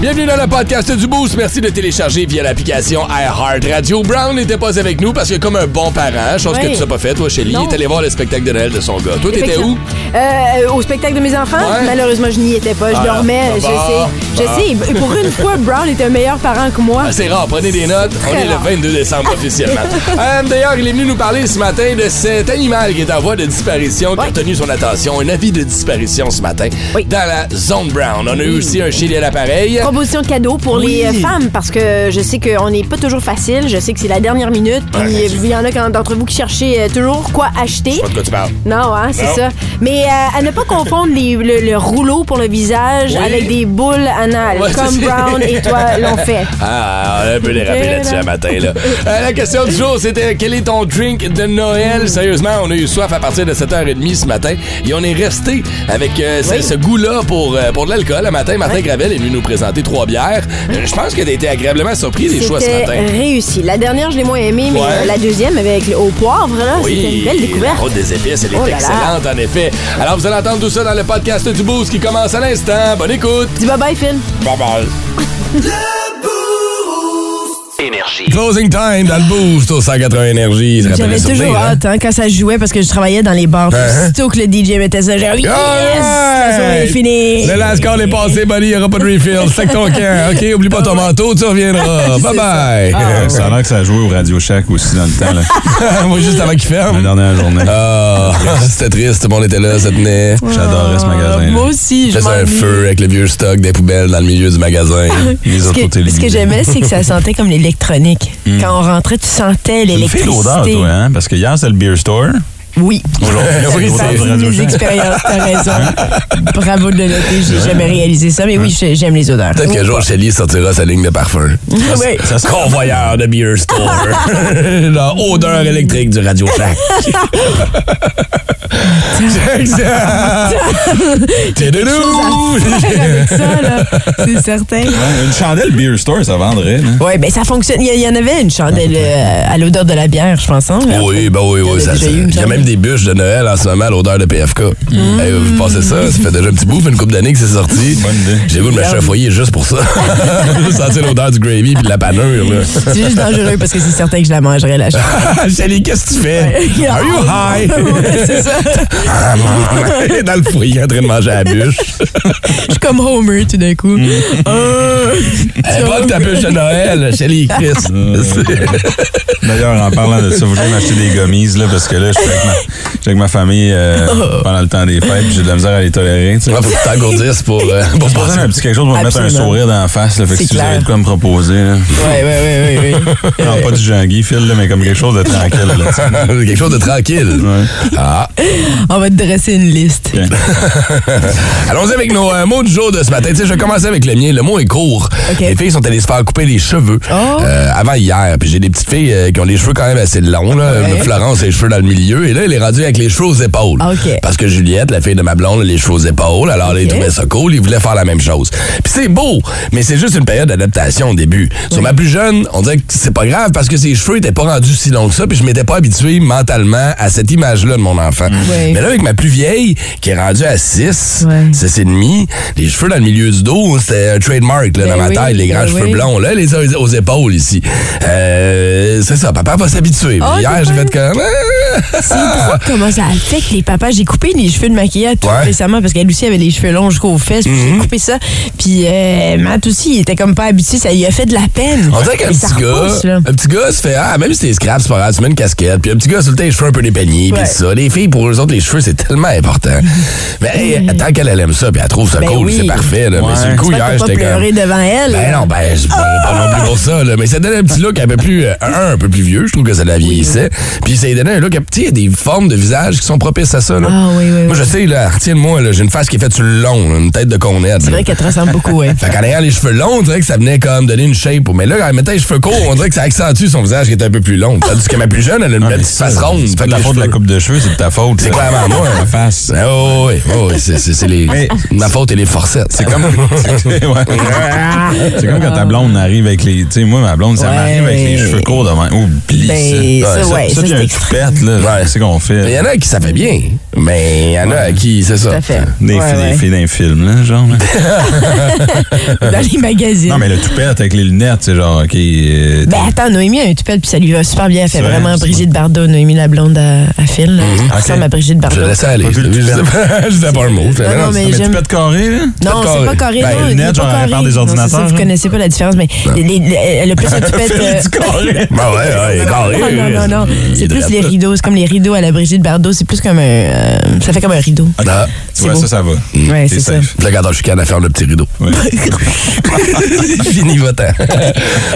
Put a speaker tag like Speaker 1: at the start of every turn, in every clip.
Speaker 1: Bienvenue dans le podcast du Boost. Merci de télécharger via l'application iHeartRadio. Brown n'était pas avec nous parce que, comme un bon parent, chose que
Speaker 2: Ouais.
Speaker 1: tu n'as pas fait, toi, Shelly, il
Speaker 2: Non.
Speaker 1: est allé voir le spectacle de Noël de son gars. Toi, t'étais où?
Speaker 2: Euh, au spectacle de mes enfants?
Speaker 1: Ouais.
Speaker 2: Malheureusement, je n'y étais pas. Je
Speaker 1: Ah, bah.
Speaker 2: dormais.
Speaker 1: bon,
Speaker 2: je sais.
Speaker 1: bon.
Speaker 2: Je sais. Et Pour une fois, Brown était un meilleur parent que moi.
Speaker 1: Ah, C'est rare, prenez des notes. On
Speaker 2: très
Speaker 1: est
Speaker 2: rare.
Speaker 1: le 22 décembre officiellement. Euh, D'ailleurs, il est venu nous parler ce matin de cet animal qui est en voie de disparition, qui a
Speaker 2: Ouais.
Speaker 1: retenu son attention. Un avis de disparition ce matin
Speaker 2: Oui. Mm.
Speaker 1: dans la zone brown. On a eu aussi un chili à l'appareil.
Speaker 2: Proposition de cadeau pour les
Speaker 1: Oui.
Speaker 2: euh, femmes parce que je sais qu'on n'est pas toujours facile. Je sais que c'est la dernière minute. Puis
Speaker 1: Ouais,
Speaker 2: euh, il y en a quand- d'entre vous qui cherchez euh, toujours quoi acheter.
Speaker 1: Pas de quoi tu parles.
Speaker 2: Non, hein, c'est
Speaker 1: Non.
Speaker 2: ça. Mais euh, à ne pas confondre les- le, le rouleau pour le visage
Speaker 1: Oui.
Speaker 2: avec des boules anales,
Speaker 1: Ouais,
Speaker 2: comme
Speaker 1: c'est-
Speaker 2: Brown et toi l'ont fait.
Speaker 1: Ah, on a un peu dérapé
Speaker 2: Voilà.
Speaker 1: là-dessus un matin. Là. Euh, la question du jour, c'était quel est ton drink de Noël? Sérieusement, on a eu soif à partir de 7h30 ce matin et on est resté avec euh, ce,
Speaker 2: Oui.
Speaker 1: ce goût-là pour, euh, pour de l'alcool. Le matin, Martin Gravel est venu nous présenter trois bières. Euh, Je pense que t'as été agréablement surpris des choix ce
Speaker 2: C'était euh,
Speaker 1: matin.
Speaker 2: réussi. La dernière, je l'ai moins aimée, mais
Speaker 1: Ouais.
Speaker 2: euh, la deuxième avec le- au poivre, là, c'était une belle découverte.
Speaker 1: la route des épices, elle est
Speaker 2: Oh là là.
Speaker 1: excellente en effet. Alors vous allez entendre tout ça dans le podcast du Boost qui commence à l'instant. Bonne écoute!
Speaker 2: Dis bye bye, Phil.
Speaker 1: Bye bye!
Speaker 3: Énergie.
Speaker 1: Closing time dans le Boost au 180 Énergie. Ça rappelle
Speaker 4: J'avais
Speaker 1: les souvenirs,
Speaker 4: toujours
Speaker 1: hein?
Speaker 4: hâte hein, quand ça jouait parce que je travaillais dans les bars.
Speaker 1: Hein, hein?
Speaker 4: Surtout que le DJ mettait ça, genre, yes, la soirée est finie.
Speaker 1: Le last call est passé, buddy. Il n'y aura pas de refill. Sac ton camp. OK, oublie pas ton manteau, tu reviendras. Bye-bye.
Speaker 5: Euh,
Speaker 4: Ah,
Speaker 5: Ça a l'air que ça a joué au Radio Shack aussi dans le temps, là.
Speaker 1: Moi, juste avant qu'il
Speaker 5: la
Speaker 1: ferme.
Speaker 5: dernière journée.
Speaker 1: Ah, c'était triste. Tout le monde était là, ça tenait.
Speaker 5: J'adorais ce magasin.
Speaker 4: Oh, Moi
Speaker 5: là.
Speaker 4: aussi, je
Speaker 1: Faisait un
Speaker 4: m'ennuie.
Speaker 1: feu avec le vieux stock des poubelles dans le milieu du magasin.
Speaker 5: Les
Speaker 4: Ce
Speaker 5: autres
Speaker 4: que, ce que j'aimais, c'est que ça sentait comme l'électronique.
Speaker 1: Hmm.
Speaker 4: Quand on rentrait, tu sentais
Speaker 5: Tu fais l'odeur,
Speaker 4: l'électricité.
Speaker 5: toi, hein? Parce que hier, c'est le beer store.
Speaker 4: Oui.
Speaker 1: Oui,
Speaker 4: Ça
Speaker 1: c'est-
Speaker 4: fait
Speaker 5: Radio
Speaker 4: partie de mes
Speaker 5: Shack.
Speaker 4: expériences, t'as raison. Bravo de le noter, j'ai jamais réalisé ça, mais oui, j'ai- j'aime les odeurs.
Speaker 1: Peut-être qu'un jour, Shelly sortira sa ligne de parfum.
Speaker 4: Oui.
Speaker 1: Ça sera- Convoyeur de Beer Store. la odeur électrique du Radio Shack. Tididou!
Speaker 4: Avec ça, là, c'est certain.
Speaker 5: Ouais, Une chandelle beer store, ça vendrait, hein? là.
Speaker 4: Oui, mais ben, ça fonctionne. Il y- il y en avait une chandelle
Speaker 1: Ah,
Speaker 4: euh, à l'odeur de la bière, je pense. hein?
Speaker 1: Oui, ben oui, oui.
Speaker 4: a
Speaker 1: ça-
Speaker 4: déjà eu,
Speaker 1: Il
Speaker 4: Mmh.
Speaker 1: y a
Speaker 4: Charles.
Speaker 1: même des bûches de Noël en ce moment à l'odeur de PFK. Hey, vous pensez ça? Ça fait déjà un petit bout, fait une couple d'années que c'est sorti.
Speaker 5: Bonne idée.
Speaker 1: J'ai voulu m'acheter un foyer juste pour ça. Juste sentir l'odeur du gravy puis de la panure. là.
Speaker 4: C'est juste dangereux parce que c'est certain que je la mangerais, la chandelle.
Speaker 1: Shelly, qu'est-ce que tu fais? Are you high?
Speaker 4: Ouais, c'est ça.
Speaker 1: Dans le foyer en train de manger à la bûche.
Speaker 4: Je suis comme Homer tout d'un coup. Euh,
Speaker 1: Elle est bonne ta bûche de Noël, Shelly Chris.
Speaker 5: Euh, D'ailleurs, en parlant de ça, vous voulez m'acheter des gommises, là, parce que là, je suis avec ma, je suis avec ma famille
Speaker 4: Oh.
Speaker 5: euh, pendant le temps des fêtes, puis j'ai de la misère à les tolérer, tu sais.
Speaker 4: Ah,
Speaker 1: Ouais, faut que tu t'engourdisses pour, euh, pour
Speaker 5: J'ai besoin
Speaker 1: passer.
Speaker 5: d'un petit quelque chose pour me mettre un
Speaker 4: Absolument.
Speaker 5: sourire dans la face, là. Fait que
Speaker 4: C'est
Speaker 5: si vous
Speaker 4: clair.
Speaker 5: avez de quoi me proposer, là.
Speaker 4: ouais, ouais, ouais, ouais, ouais.
Speaker 5: Non, pas du Jean-Guy, Phil, là, mais comme quelque chose de tranquille, là, tu sais.
Speaker 1: Quelque chose de tranquille. Ah.
Speaker 4: On va te dresser une liste.
Speaker 1: Allons-y avec nos euh, mots du jour de ce matin. Tu sais, je vais commencer avec le mien. Le mot est court.
Speaker 4: OK.
Speaker 1: Les filles sont allées se faire couper les cheveux
Speaker 4: Oh.
Speaker 1: euh, avant hier. Puis j'ai des petites filles euh, qui ont les cheveux quand même assez longs. Là.
Speaker 4: Ouais. Ah,
Speaker 1: Florence a les cheveux dans le milieu. Et là, elle est rendue avec les cheveux aux épaules.
Speaker 4: OK.
Speaker 1: Parce que Juliette, la fille de ma blonde, a les cheveux aux épaules. Alors, elle
Speaker 4: OK.
Speaker 1: trouvait ça cool. Ils voulaient faire la même chose. Puis c'est beau, mais c'est juste une période d'adaptation au début. Sur ma plus jeune, on dirait que c'est pas grave parce que ses cheveux étaient pas rendus si longs que ça. Puis je m'étais pas habitué mentalement à cette image-là de mon enfant.
Speaker 4: Ouais.
Speaker 1: Mais là, avec ma plus vieille, qui est rendue à 6,
Speaker 4: Ouais.
Speaker 1: 6 et demi, les cheveux dans le milieu du dos, c'était un trademark là,
Speaker 4: Ben
Speaker 1: dans ma
Speaker 4: oui,
Speaker 1: taille, les grands
Speaker 4: ben
Speaker 1: cheveux
Speaker 4: oui.
Speaker 1: blonds. Là, les aux, aux épaules ici. Euh, c'est ça, papa va s'habituer.
Speaker 4: Ah,
Speaker 1: Hier,
Speaker 4: t'es
Speaker 1: j'ai
Speaker 4: pas-
Speaker 1: fait comme... euh,
Speaker 4: C'est
Speaker 1: Ah.
Speaker 4: drôle comment ça affecte les papas. J'ai coupé les cheveux de maquillage tout
Speaker 1: Ouais. Mhm.
Speaker 4: récemment parce qu'elle aussi avait les cheveux longs jusqu'aux fesses. puis J'ai coupé ça. Puis euh, Matt aussi, il était comme pas habitué. Ça lui a fait de la peine.
Speaker 1: On dirait qu'un
Speaker 4: Mais ça
Speaker 1: petit
Speaker 4: repousse,
Speaker 1: gars,
Speaker 4: là.
Speaker 1: un petit gars se fait ah même si t'es scrap c'est pas grave, tu mets une casquette, puis un petit gars sur le temps les cheveux un peu dépeignés, puis
Speaker 4: Ouais.
Speaker 1: ça. Les filles pour eux autres les cheveux c'est tellement important. Mais hey, tant qu'elle elle aime ça, puis elle trouve ça
Speaker 4: Ben
Speaker 1: cool,
Speaker 4: oui.
Speaker 1: c'est parfait. Là. Mais
Speaker 5: Ouais.
Speaker 1: sur le coup
Speaker 4: J'espère
Speaker 1: hier
Speaker 4: que t'as pas
Speaker 1: hein, j'étais comme
Speaker 4: pleuré devant elle.
Speaker 1: Ben non, ben, je parlais pas non plus pour ça, là. Mais ça donnait un petit look un peu plus, euh, un, un peu plus vieux. Je trouve que ça la vieillissait. Puis ça lui donnait un look, un petit, il y a des formes de visage qui sont propices à ça, là.
Speaker 4: Ah oui, oui,
Speaker 1: Moi, je
Speaker 4: oui.
Speaker 1: sais, là, retiens-moi, là, j'ai une face qui est faite sur le long, là, une tête de connaître.
Speaker 4: C'est vrai qu'elle te ressemble beaucoup, ouais.
Speaker 1: Fait qu'en ayant les cheveux longs, on dirait que ça venait comme donner une shape. Mais là, en mettant les cheveux courts, on dirait que ça accentue son visage qui est un peu plus long. Tandis que ma plus jeune, elle a une belle petite face ronde.
Speaker 5: Ah, C'est
Speaker 1: Fait
Speaker 5: pas de
Speaker 1: que
Speaker 5: la
Speaker 1: les
Speaker 5: faute de la
Speaker 1: cheveux-
Speaker 5: coupe de cheveux, c'est de ta faute.
Speaker 1: C'est clairement devant moi.
Speaker 5: Ma face.
Speaker 1: Ah, oh, oui, oh, oui, c'est- c'est c'est les.
Speaker 5: Mais-
Speaker 1: ma faute et les forcettes.
Speaker 5: C'est comme, c'est- ouais. C'est comme quand ta blonde arrive avec les. Tu sais, moi, ma blonde, ça
Speaker 4: Ouais.
Speaker 5: m'arrive avec les cheveux courts demain. Oublie
Speaker 4: Ben,
Speaker 5: ça.
Speaker 4: ça, ouais, ça,
Speaker 5: puis
Speaker 4: c'est
Speaker 5: un
Speaker 4: extra.
Speaker 5: toupette, là.
Speaker 1: Ouais.
Speaker 5: C'est qu'on
Speaker 1: Il y
Speaker 5: fait.
Speaker 1: en a à qui ça fait bien, mais il y en a à qui, c'est ça.
Speaker 4: Tout à fait.
Speaker 5: Des,
Speaker 4: Ouais,
Speaker 5: filles,
Speaker 4: ouais.
Speaker 5: des filles d'un film, là, genre. là.
Speaker 4: Dans les magazines.
Speaker 5: non, mais le toupette avec les lunettes, c'est genre, OK. euh,
Speaker 4: Ben attends, Noémie a un tupette, puis ça lui va super bien. Elle fait
Speaker 5: C'est vrai, Mhm.
Speaker 4: vraiment
Speaker 5: c'est
Speaker 4: Brigitte Bardot, Noémie la blonde à, à Phil. là. Elle ressemble à Brigitte
Speaker 1: Je
Speaker 4: Bardot.
Speaker 1: laisse aller. Je
Speaker 5: Pas vu le
Speaker 1: disais pas- je disais pas un mot. Je disais,
Speaker 4: Non, non,
Speaker 1: c'est-
Speaker 4: mais
Speaker 5: mais
Speaker 4: j'aime-
Speaker 5: toupette carré, là?
Speaker 4: Non,
Speaker 1: pas
Speaker 4: c'est
Speaker 1: carré.
Speaker 4: pas carré.
Speaker 5: Ben,
Speaker 4: non, il est
Speaker 5: lunettes,
Speaker 4: pas
Speaker 5: genre, elle
Speaker 4: carré.
Speaker 5: parle des
Speaker 4: Non, c'est ça,
Speaker 5: ordinateurs,
Speaker 4: vous
Speaker 5: hein.
Speaker 4: connaissez pas la différence, mais les- les- elle a plus un toupette.
Speaker 5: Fais du
Speaker 4: euh,
Speaker 5: carré.
Speaker 1: Ben ouais, ouais, il est carré.
Speaker 4: Non, non, non, non.
Speaker 1: Il est
Speaker 4: C'est plus
Speaker 1: drette,
Speaker 4: les
Speaker 1: là.
Speaker 4: rideaux. C'est comme les rideaux à la Brigitte Bardot. C'est plus comme un. euh, ça fait comme un rideau.
Speaker 1: Ah,
Speaker 5: Tu
Speaker 4: C'est
Speaker 5: vois,
Speaker 4: beau.
Speaker 5: Ah, ça, ça va.
Speaker 4: Ouais,
Speaker 5: T'es
Speaker 4: c'est ça.
Speaker 5: safe.
Speaker 1: Puis là, quand on chicane à faire le petit rideau.
Speaker 5: Ouais.
Speaker 1: Fini votant.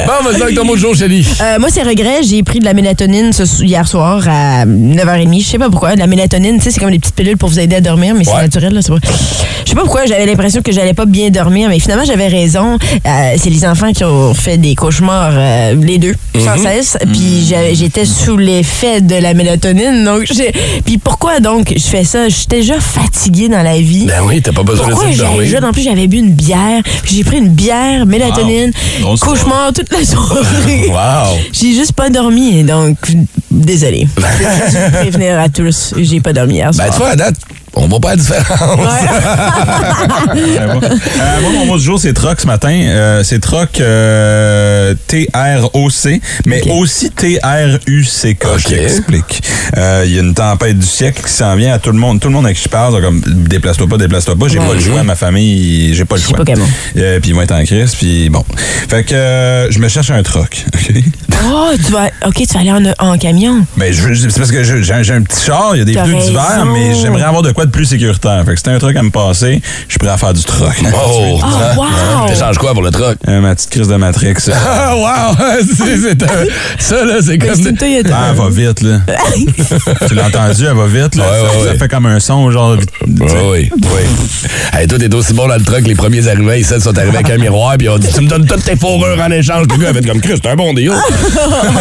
Speaker 1: Bon, vas-y avec ton mot de jour, Chélie.
Speaker 4: Euh, moi, c'est regret. J'ai pris de la mélatonine ce so- hier soir à 9h30. Je sais pas pourquoi. De la mélatonine, tu sais, c'est comme des petites pilules pour vous aider à dormir, mais c'est
Speaker 1: Ouais.
Speaker 4: naturel. Là, c'est pas... Je sais pas pourquoi. J'avais l'impression que j'allais pas bien dormir, mais finalement, j'avais raison. Euh, c'est les enfants qui ont fait des cauchemars, euh, les deux, sans
Speaker 1: Mhm.
Speaker 4: cesse. Puis j'avais- j'étais sous l'effet de la mélatonine. Donc, j'ai... Puis pourquoi donc je fais ça? J'étais déjà fatiguée dans la vie.
Speaker 1: Ben oui, t'as pas besoin de
Speaker 4: Pourquoi
Speaker 1: ça de
Speaker 4: j'avais
Speaker 1: dormir.
Speaker 4: jeune? En plus, j'avais bu une bière. puis J'ai pris une bière, mélatonine,
Speaker 5: Wow. Grosse
Speaker 4: cauchemar toute la soirée.
Speaker 1: Wow.
Speaker 4: J'ai juste pas dormi, donc désolé. Je vais prévenir à tous, j'ai pas dormi hier soir.
Speaker 1: Ben, tu vois, à date, on voit pas la différence.
Speaker 5: Ouais, bon. Euh, moi, mon mot du jour, c'est troc ce matin. Euh, c'est troc euh, T-R-O-C, mais
Speaker 4: Ok.
Speaker 5: aussi T-R-U-C-K,
Speaker 1: Ok.
Speaker 5: je t'explique. Euh, Il y a une tempête du siècle qui s'en vient à tout le monde. Tout le monde à qui je parle, sont comme déplace-toi pas, déplace-toi pas. J'ai
Speaker 4: Ouais.
Speaker 5: pas le choix, ma famille, j'ai pas le
Speaker 4: J'ai
Speaker 5: choix.
Speaker 4: pas comment.
Speaker 5: Euh, puis ils vont être en crise, puis bon. Fait que euh, je me cherche un troc. OK?
Speaker 4: Oh, tu vas, ok, tu vas aller en, en camion.
Speaker 5: Ben, je veux- c'est parce que je- j'ai un- j'ai un petit char, il y a des
Speaker 4: T'as
Speaker 5: pneus d'hiver,
Speaker 4: raison.
Speaker 5: mais j'aimerais avoir de quoi de plus sécuritaire. Fait que c'était un truc à me passer, je suis prêt à faire du troc.
Speaker 1: Oh,
Speaker 4: Oh, wow!
Speaker 1: T'échanges quoi pour le truck?
Speaker 5: Euh, ma petite crise de Matrix. ah,
Speaker 1: Ah, wow! C'est- c'est un- Ça, là, c'est
Speaker 4: Ben,
Speaker 1: comme.
Speaker 4: c'est une Toyota.
Speaker 5: Ah, elle va vite, là. tu l'as entendu, elle va vite, là.
Speaker 1: Ouais,
Speaker 5: ça,
Speaker 1: ouais,
Speaker 5: ça
Speaker 1: ouais.
Speaker 5: fait comme un son, genre. tu sais.
Speaker 1: Ah oui, oui. Hey, toi, t'es aussi bon dans le truck, les premiers arrivés, ils sont arrivés avec un miroir, puis ils ont dit Tu me donnes toutes tes fourrures en échange. Le gars avait comme Chris, t'es un bon deal.
Speaker 4: Ah,
Speaker 5: Ouais,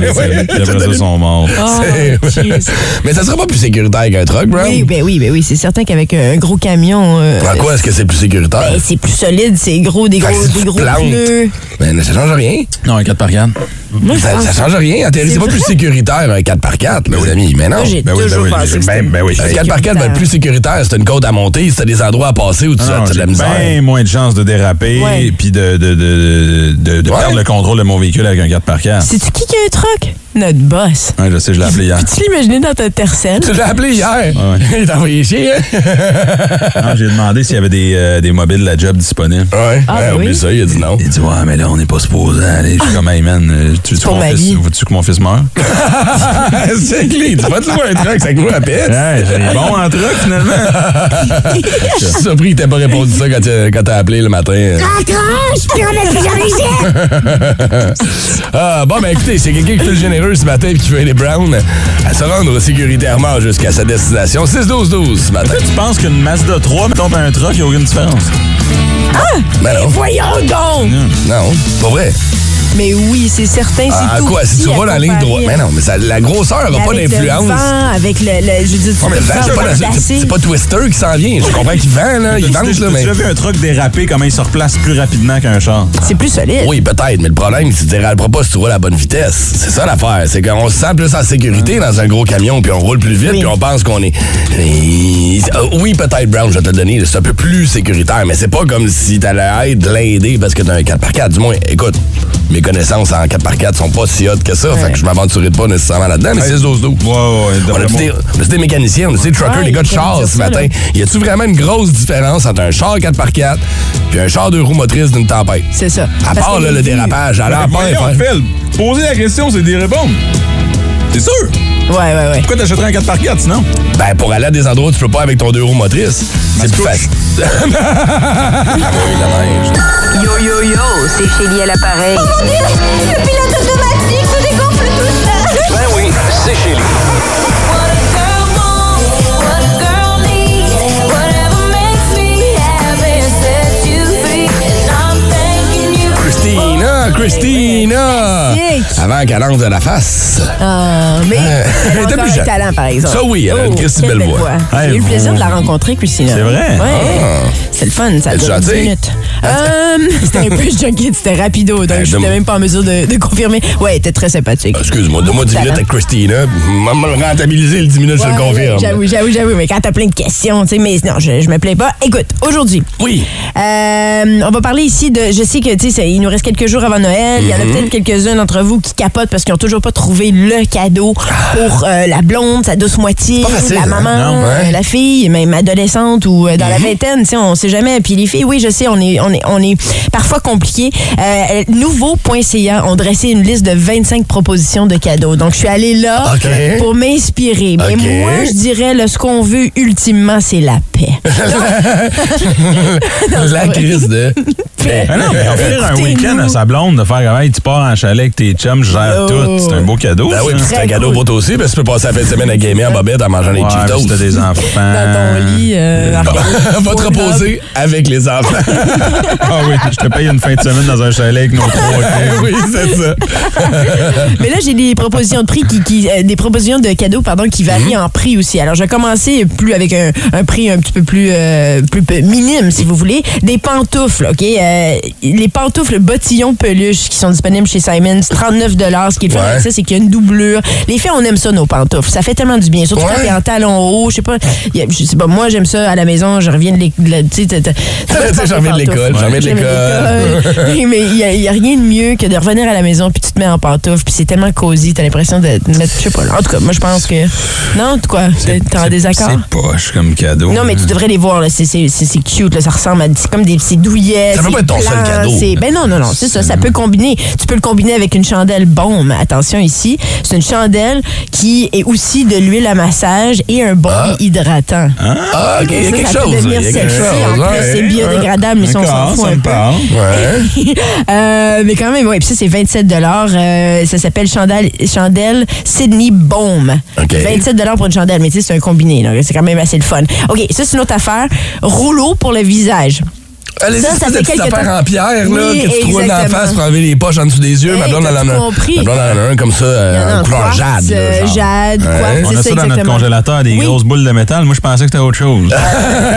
Speaker 1: Ouais,
Speaker 5: c'est- puis
Speaker 1: je te
Speaker 5: après ça,
Speaker 1: donne-
Speaker 5: ils sont morts.
Speaker 4: Oh,
Speaker 1: Ah, C'est-
Speaker 4: jeez.
Speaker 1: Mais ça sera pas plus sécuritaire qu'un truck, Brown?
Speaker 4: oui, ben oui, ben oui, c'est certain qu'avec un gros camion, euh,
Speaker 1: En quoi Ben, est-ce que c'est plus sécuritaire?
Speaker 4: ben, c'est plus solide, c'est gros, des
Speaker 1: Fait que
Speaker 4: gros,
Speaker 1: si tu
Speaker 4: des
Speaker 1: te
Speaker 4: gros
Speaker 1: plantes,
Speaker 4: pneus.
Speaker 1: Ben, ça change rien.
Speaker 5: Non, un 4 par 4.
Speaker 4: Moi, je
Speaker 1: Ça,
Speaker 4: pense
Speaker 1: Ben, ça change rien. En théorie, c'est pas plus sécuritaire un 4x4, mes amis. Mais non.
Speaker 4: Moi, j'ai
Speaker 5: Ben oui, ben
Speaker 4: toujours
Speaker 5: oui,
Speaker 4: pensé que
Speaker 5: ben-
Speaker 4: c'était-
Speaker 5: ben oui.
Speaker 1: Un 4x4 va être plus sécuritaire. C'est une côte à monter, c'est des endroits à passer où tu as de la misère.
Speaker 5: Ah bien moins de chances de déraper
Speaker 4: Ouais.
Speaker 5: puis de, de, de, de, de
Speaker 1: Ouais.
Speaker 5: perdre le contrôle de mon véhicule avec un 4 par 4.
Speaker 4: C'est-tu qui qui a un truc? Notre boss.
Speaker 5: Ouais, je sais, je l'ai appelé hier.
Speaker 4: Peux-tu l'imaginer dans ta tercelle?
Speaker 1: Ah, Tu l'as appelé hier. Il t'a envoyé chier, hein?
Speaker 5: Non, Ah, J'ai demandé s'il y avait des, euh, des mobiles de la job disponibles.
Speaker 1: Ouais.
Speaker 4: Ah, ben
Speaker 1: oublie
Speaker 4: oui.
Speaker 1: ça, il a dit non.
Speaker 5: Il dit, ouais, mais là, on n'est pas supposé aller. Je suis comme, hey, man, euh, tu veux-tu que
Speaker 4: pour
Speaker 5: mon
Speaker 4: ma
Speaker 5: fils-
Speaker 4: vie.
Speaker 5: veux-tu que mon fils meure?
Speaker 1: Ah, c'est clé. Tu vas te louer un truck, ça coûte à pète.
Speaker 5: Ouais, j'ai bon en truc, finalement.
Speaker 1: Je suis surpris qu'il t'ait pas répondu ça quand t'as- quand t'as appelé le matin. Ah, bon, ben écoutez, c'est quelqu'un qui fait le généreux ce matin et qui veut aider Brown à se rendre sécuritairement jusqu'à sa destination. 6-12-12 ce matin.
Speaker 5: Tu penses qu'une Mazda 3, mettons, pis un truck, il n'y a aucune différence?
Speaker 1: Ben non,
Speaker 4: Voyons donc!
Speaker 1: non, pas vrai.
Speaker 4: Mais oui, c'est certain, c'est
Speaker 1: Ah,
Speaker 4: tout
Speaker 1: quoi, si
Speaker 4: petit
Speaker 1: tu
Speaker 4: à
Speaker 1: vois la ligne droite.
Speaker 4: comparer
Speaker 1: Mais non, mais ça- la grosseur n'a pas
Speaker 4: avec le
Speaker 1: d'influence.
Speaker 4: vent, Avec le, le- je veux dire,
Speaker 1: Non, mais le vent, c'est
Speaker 4: le
Speaker 1: pas la-
Speaker 4: vent
Speaker 1: c'est-
Speaker 4: glacé.
Speaker 1: C'est pas Twister qui s'en vient. Je comprends qu'il vend, là. Il vante,
Speaker 5: tu
Speaker 1: là, mais.
Speaker 5: as vu un truck déraper, comment il se replace plus rapidement qu'un char?
Speaker 4: C'est plus solide.
Speaker 1: Oui, peut-être, mais le problème, c'est de dire, pas si tu roules à la bonne vitesse. C'est ça l'affaire. C'est qu'on se sent plus en sécurité dans un gros camion, puis on roule plus vite, puis on pense qu'on est. Et- Ah, Oui, peut-être, Brown, je vais te le donner, c'est un peu plus sécuritaire, mais c'est pas comme si t'allais être blindé parce que t'as un 4x4. Du moins, écoute, mes connaissances en 4x4 sont pas si hautes que ça, fait que je m'aventurerai pas nécessairement là-dedans, mais c'est 12-12.
Speaker 5: Ouais, ouais,
Speaker 1: On a
Speaker 5: d'après
Speaker 1: tous
Speaker 5: moi.
Speaker 1: des, on a tous des mécaniciens, on a tous des truckers,
Speaker 4: Ouais,
Speaker 1: des gars de
Speaker 4: il y a
Speaker 1: char
Speaker 4: quelqu'un
Speaker 1: ce
Speaker 4: qui a dit ça,
Speaker 1: matin. Y a-tu vraiment une grosse différence entre un char 4x4 puis un char de roues motrices d'une tempête?
Speaker 4: C'est ça.
Speaker 1: À
Speaker 4: Parce
Speaker 1: part
Speaker 4: que
Speaker 1: là, le
Speaker 4: les-
Speaker 1: dérapage, à la
Speaker 5: Ben, voyons, Phil, poser la question, c'est des répondre. C'est sûr.
Speaker 4: Ouais, ouais, ouais.
Speaker 5: Pourquoi t'achèterais un 4x4 sinon?
Speaker 1: Ben, pour aller à des endroits où tu peux pas avec ton deux roues motrices, c'est plus
Speaker 5: Mascouche.
Speaker 1: facile. Ah oui, la neige.
Speaker 6: Yo yo yo, c'est Chélie à l'appareil.
Speaker 7: Le pilote automatique se dégonfle tout seul.
Speaker 3: Ben oui, c'est Chélie.
Speaker 7: What a girl wants, what a girl needs, whatever makes me happy sets you free. And I'm thanking you.
Speaker 1: Christina, Christina, là.
Speaker 4: Oh, Classique.
Speaker 1: Avant qu'elle lance de la face.
Speaker 4: Ah, mais elle a
Speaker 1: était
Speaker 4: encore
Speaker 1: Euh, plus
Speaker 4: un
Speaker 1: jeune.
Speaker 4: talent, par exemple. Oh,
Speaker 1: Ça, oui, elle a une Christy
Speaker 4: quelle
Speaker 1: belle
Speaker 4: belle
Speaker 1: voix.
Speaker 4: voix. J'ai eu
Speaker 5: Hey,
Speaker 4: le plaisir
Speaker 5: vous-
Speaker 4: de la rencontrer, Christina.
Speaker 5: C'est vrai?
Speaker 4: Ouais.
Speaker 1: Ah.
Speaker 4: C'est le fun, ça
Speaker 1: Elle est
Speaker 4: dure 10
Speaker 1: gentille?
Speaker 4: minutes. Hum, c'était un peu junket, c'était rapido, donc
Speaker 1: Ben, Ah,
Speaker 4: je n'étais
Speaker 1: de-
Speaker 4: même pas en mesure de, de confirmer. Ouais, elle était très sympathique.
Speaker 1: Excuse-moi, donne-moi 10
Speaker 4: Ça
Speaker 1: minutes
Speaker 4: va.
Speaker 1: avec Christina. M'a m'a rentabilisé le 10 minutes, je te le
Speaker 4: Ouais,
Speaker 1: confirme.
Speaker 4: J'avoue, j'avoue, j'avoue, mais quand t'as plein de questions, tu sais, mais non, je, je me plais pas. Écoute, aujourd'hui,
Speaker 1: Oui.
Speaker 4: Euh, on va parler ici de. Je sais que, tu sais, c'est- il nous reste quelques jours avant Noël. Il y en a
Speaker 1: Mhm.
Speaker 4: peut-être quelques-uns d'entre vous qui capotent parce qu'ils n'ont toujours pas trouvé le cadeau pour euh, la blonde, sa douce moitié,
Speaker 1: pas facile,
Speaker 4: la maman,
Speaker 1: hein, non, ouais. Mhm.
Speaker 4: euh, la fille, même adolescente ou euh, dans la vingtaine, tu sais, on sait jamais. Puis les filles, oui, je sais, on est, on est, on est parfois compliqué. Euh, Nouveau.ca ont dressé une liste de 25 propositions de cadeaux. Donc, je suis allée là
Speaker 1: OK.
Speaker 4: pour m'inspirer. Mais
Speaker 1: OK.
Speaker 4: moi, je dirais, là, ce qu'on veut ultimement, c'est la paix.
Speaker 1: la crise de.
Speaker 4: Eh,
Speaker 1: Ben,
Speaker 5: Ah non, mais offrir un
Speaker 4: Écoutez-nous.
Speaker 5: week-end à sa blonde, de faire comme, hey, tu pars en chalet avec tes chums, je
Speaker 4: Oh.
Speaker 5: gère tout. C'est un beau cadeau.
Speaker 1: Ben oui,
Speaker 5: ça.
Speaker 1: puis c'est un cadeau pour toi aussi, parce que tu peux passer la fin de semaine à gamer en bobette en mangeant des
Speaker 5: Ouais, puis si t'as
Speaker 1: Cheetos.
Speaker 5: des enfants.
Speaker 4: dans ton lit. euh, à regarder
Speaker 1: Va te
Speaker 4: Pornhub.
Speaker 1: reposer avec les enfants.
Speaker 5: Ah oui, je te paye une fin de semaine dans un chalet avec nos trois. ok?
Speaker 1: oui, c'est ça.
Speaker 4: Mais là, j'ai des propositions de prix qui, qui- euh, des propositions de cadeaux pardon, qui varient
Speaker 1: Mhm.
Speaker 4: en prix aussi. Alors, je vais commencer plus avec un, un prix un petit peu plus, euh, plus peu- minime, si vous voulez. Des pantoufles, OK? Euh, les pantoufles bottillon peluche qui sont disponibles chez Simons, 39 Ce qui est le fun
Speaker 1: Ouais.
Speaker 4: avec ça, c'est qu'il y a une doublure. Les filles, on aime ça, nos pantoufles. Ça fait tellement du bien. Surtout quand
Speaker 1: Ouais.
Speaker 4: t'es en talon haut. Je sais pas. y a- Je sais pas. Moi, j'aime ça à la maison. Je reviens de l'école. Tu sais, t'as- t'as-
Speaker 1: Tu sais, je reviens de l'école, je reviens de
Speaker 4: J'aime
Speaker 1: l'école.
Speaker 4: l'école. mais il n'y a, rien de mieux que de revenir à la maison puis tu te mets en pantoufle puis c'est tellement cosy, t'as l'impression de te mettre, je sais pas. En tout cas, moi je pense que non, de quoi, t'es t'es en
Speaker 5: C'est-
Speaker 4: désaccord.
Speaker 5: C'est poche comme cadeau.
Speaker 4: Non, mais tu devrais les voir, là. C'est- c'est c'est- c'est cute, là. ça ressemble à c'est comme des petits douillets.
Speaker 1: Ça peut
Speaker 4: c'est
Speaker 1: pas être ton seul
Speaker 4: blanc,
Speaker 1: cadeau.
Speaker 4: c'est- Ben non, non, non, c'est ça, ça peut combiner. Tu peux le combiner avec une chandelle bombe, attention ici. C'est une chandelle qui est aussi de l'huile à massage et un baume hydratant.
Speaker 1: Ah, OK, il y a
Speaker 4: Ça,
Speaker 1: quelque
Speaker 4: ça peut
Speaker 1: chose. là,
Speaker 4: devenir
Speaker 1: il y a quelque
Speaker 4: sexy,
Speaker 1: chose,
Speaker 4: en plus,
Speaker 1: ouais.
Speaker 4: c'est biodégradable, mais ça, on s'en
Speaker 5: D'accord,
Speaker 4: fout
Speaker 5: Eh, ça
Speaker 4: un
Speaker 5: me
Speaker 4: peu.
Speaker 5: parle.
Speaker 1: Ouais.
Speaker 4: Euh, mais quand même, oui. Puis ça, c'est 27 euh, Ça s'appelle chandelle, chandelle Sydney Baume.
Speaker 1: OK.
Speaker 4: 27 pour une chandelle. Mais tu sais, c'est un combiné. là. C'est quand même assez le fun. OK, ça, c'est une autre affaire. Rouleau pour le visage.
Speaker 1: Allez,
Speaker 4: Ça,
Speaker 1: c'est
Speaker 4: ça fait
Speaker 1: des petites
Speaker 4: quelque
Speaker 1: affaires
Speaker 4: temps.
Speaker 1: en pierre, là,
Speaker 4: Oui,
Speaker 1: que tu trouves dans la
Speaker 4: exactement.
Speaker 1: face pour enlever les poches en dessous des yeux.
Speaker 4: Hey,
Speaker 1: ma blonde, elle en
Speaker 4: t'as-tu
Speaker 1: a un.
Speaker 4: compris?
Speaker 1: Ma blonde, elle en a un comme ça,
Speaker 4: en a
Speaker 1: euh,
Speaker 4: un
Speaker 1: en couleur
Speaker 4: quartz,
Speaker 1: jade. là,
Speaker 4: euh,
Speaker 1: genre.
Speaker 4: jade,
Speaker 1: Ouais.
Speaker 4: quartz,
Speaker 5: Ah, On
Speaker 4: c'est
Speaker 5: a ça dans notre
Speaker 4: exactement.
Speaker 5: congélateur, des
Speaker 4: Oui.
Speaker 5: grosses boules de métal. Moi, je pensais que c'était autre chose.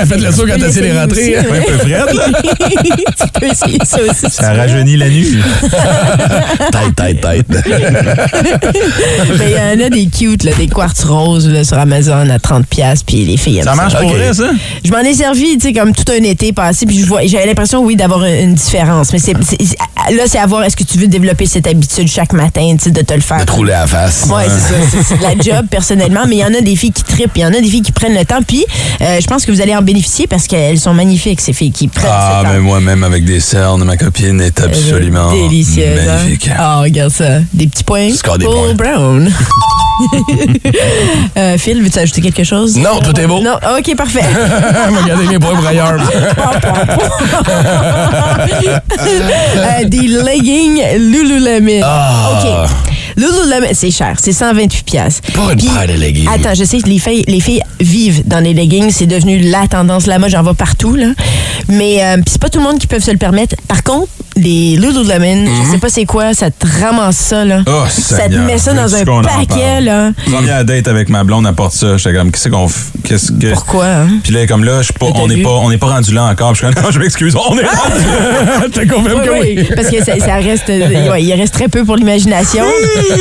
Speaker 1: Faites-le ça quand
Speaker 4: Tu peux
Speaker 1: t'essayes les
Speaker 4: l'essayer
Speaker 1: rentrer.
Speaker 4: aussi,
Speaker 5: Pas un peu frette, là?
Speaker 4: tu peux essayer ça aussi. si
Speaker 5: Ça
Speaker 4: tu veux.
Speaker 5: rajeunit la nuit.
Speaker 1: Tête, tête, tête.
Speaker 4: Mais Ben, il y en a des cute, là, des quartz roses là, sur Amazon à 30$, piastres, puis les filles aiment
Speaker 5: Ça
Speaker 4: ça.
Speaker 5: marche pour
Speaker 1: Ok.
Speaker 5: vrai, ça?
Speaker 4: Je m'en ai servi, tu sais, comme tout un été passé, puis je vois, j'avais l'impression, oui, d'avoir une une différence. Mais c'est, c'est- c'est- là, c'est à voir, est-ce que tu veux développer cette habitude chaque matin, tu sais, de te le faire.
Speaker 1: De te rouler à la face.
Speaker 4: Ouais, c'est ça. C'est- C'est de la job, personnellement. Mais il y en a des filles qui trippent, il y en a des filles qui prennent le temps. Puis, euh, je pense que vous allez en bénéficier parce qu'elles sont magnifiques, ces filles qui prennent
Speaker 1: Ah,
Speaker 4: ce temps.
Speaker 5: Ah, moi-même, avec des cernes, ma copine est
Speaker 4: Euh, délicieuse, hein? Ah, regarde ça. Des petits points.
Speaker 1: Score des
Speaker 4: pour
Speaker 1: points.
Speaker 4: Brown. Euh, Phil, veux-tu ajouter quelque chose?
Speaker 1: Non, tout est beau.
Speaker 4: Non, OK, parfait.
Speaker 1: Regardez mes poils pour ailleurs.
Speaker 4: Euh, des leggings Lululemon.
Speaker 1: Ah.
Speaker 4: OK. Lululemon, c'est cher, c'est 128 pièces.
Speaker 1: Pas une paire de leggings.
Speaker 4: Attends, je sais que les filles, les filles vivent dans les leggings, c'est devenu la tendance, la mode, j'en vois partout là. Mais euh, pis c'est pas tout le monde qui peut se le permettre. Par contre, les Lululemon,
Speaker 1: Mhm.
Speaker 4: je sais pas c'est quoi, ça te ramasse ça là.
Speaker 5: Oh,
Speaker 4: ça te
Speaker 5: Seigneur,
Speaker 4: met ça dans
Speaker 5: veux-tu
Speaker 4: un
Speaker 5: qu'on en
Speaker 4: paquet
Speaker 5: parle?
Speaker 4: là.
Speaker 5: Première date avec ma blonde, elle porte ça. J'étais comme, qu'est-ce qu'on. f- Qu'est-ce que.
Speaker 4: Pourquoi hein?
Speaker 5: Puis là, comme là, je suis pas,
Speaker 4: T'as
Speaker 5: on n'est
Speaker 4: vu? Ah!
Speaker 5: pas, on n'est pas rendu là encore. Puis Je suis comme, non, je m'excuse, on est rendu là. Je te
Speaker 1: Ah
Speaker 5: confirme
Speaker 4: Oui, oui, parce que ça, ça reste, euh, ouais, il reste très peu pour l'imagination.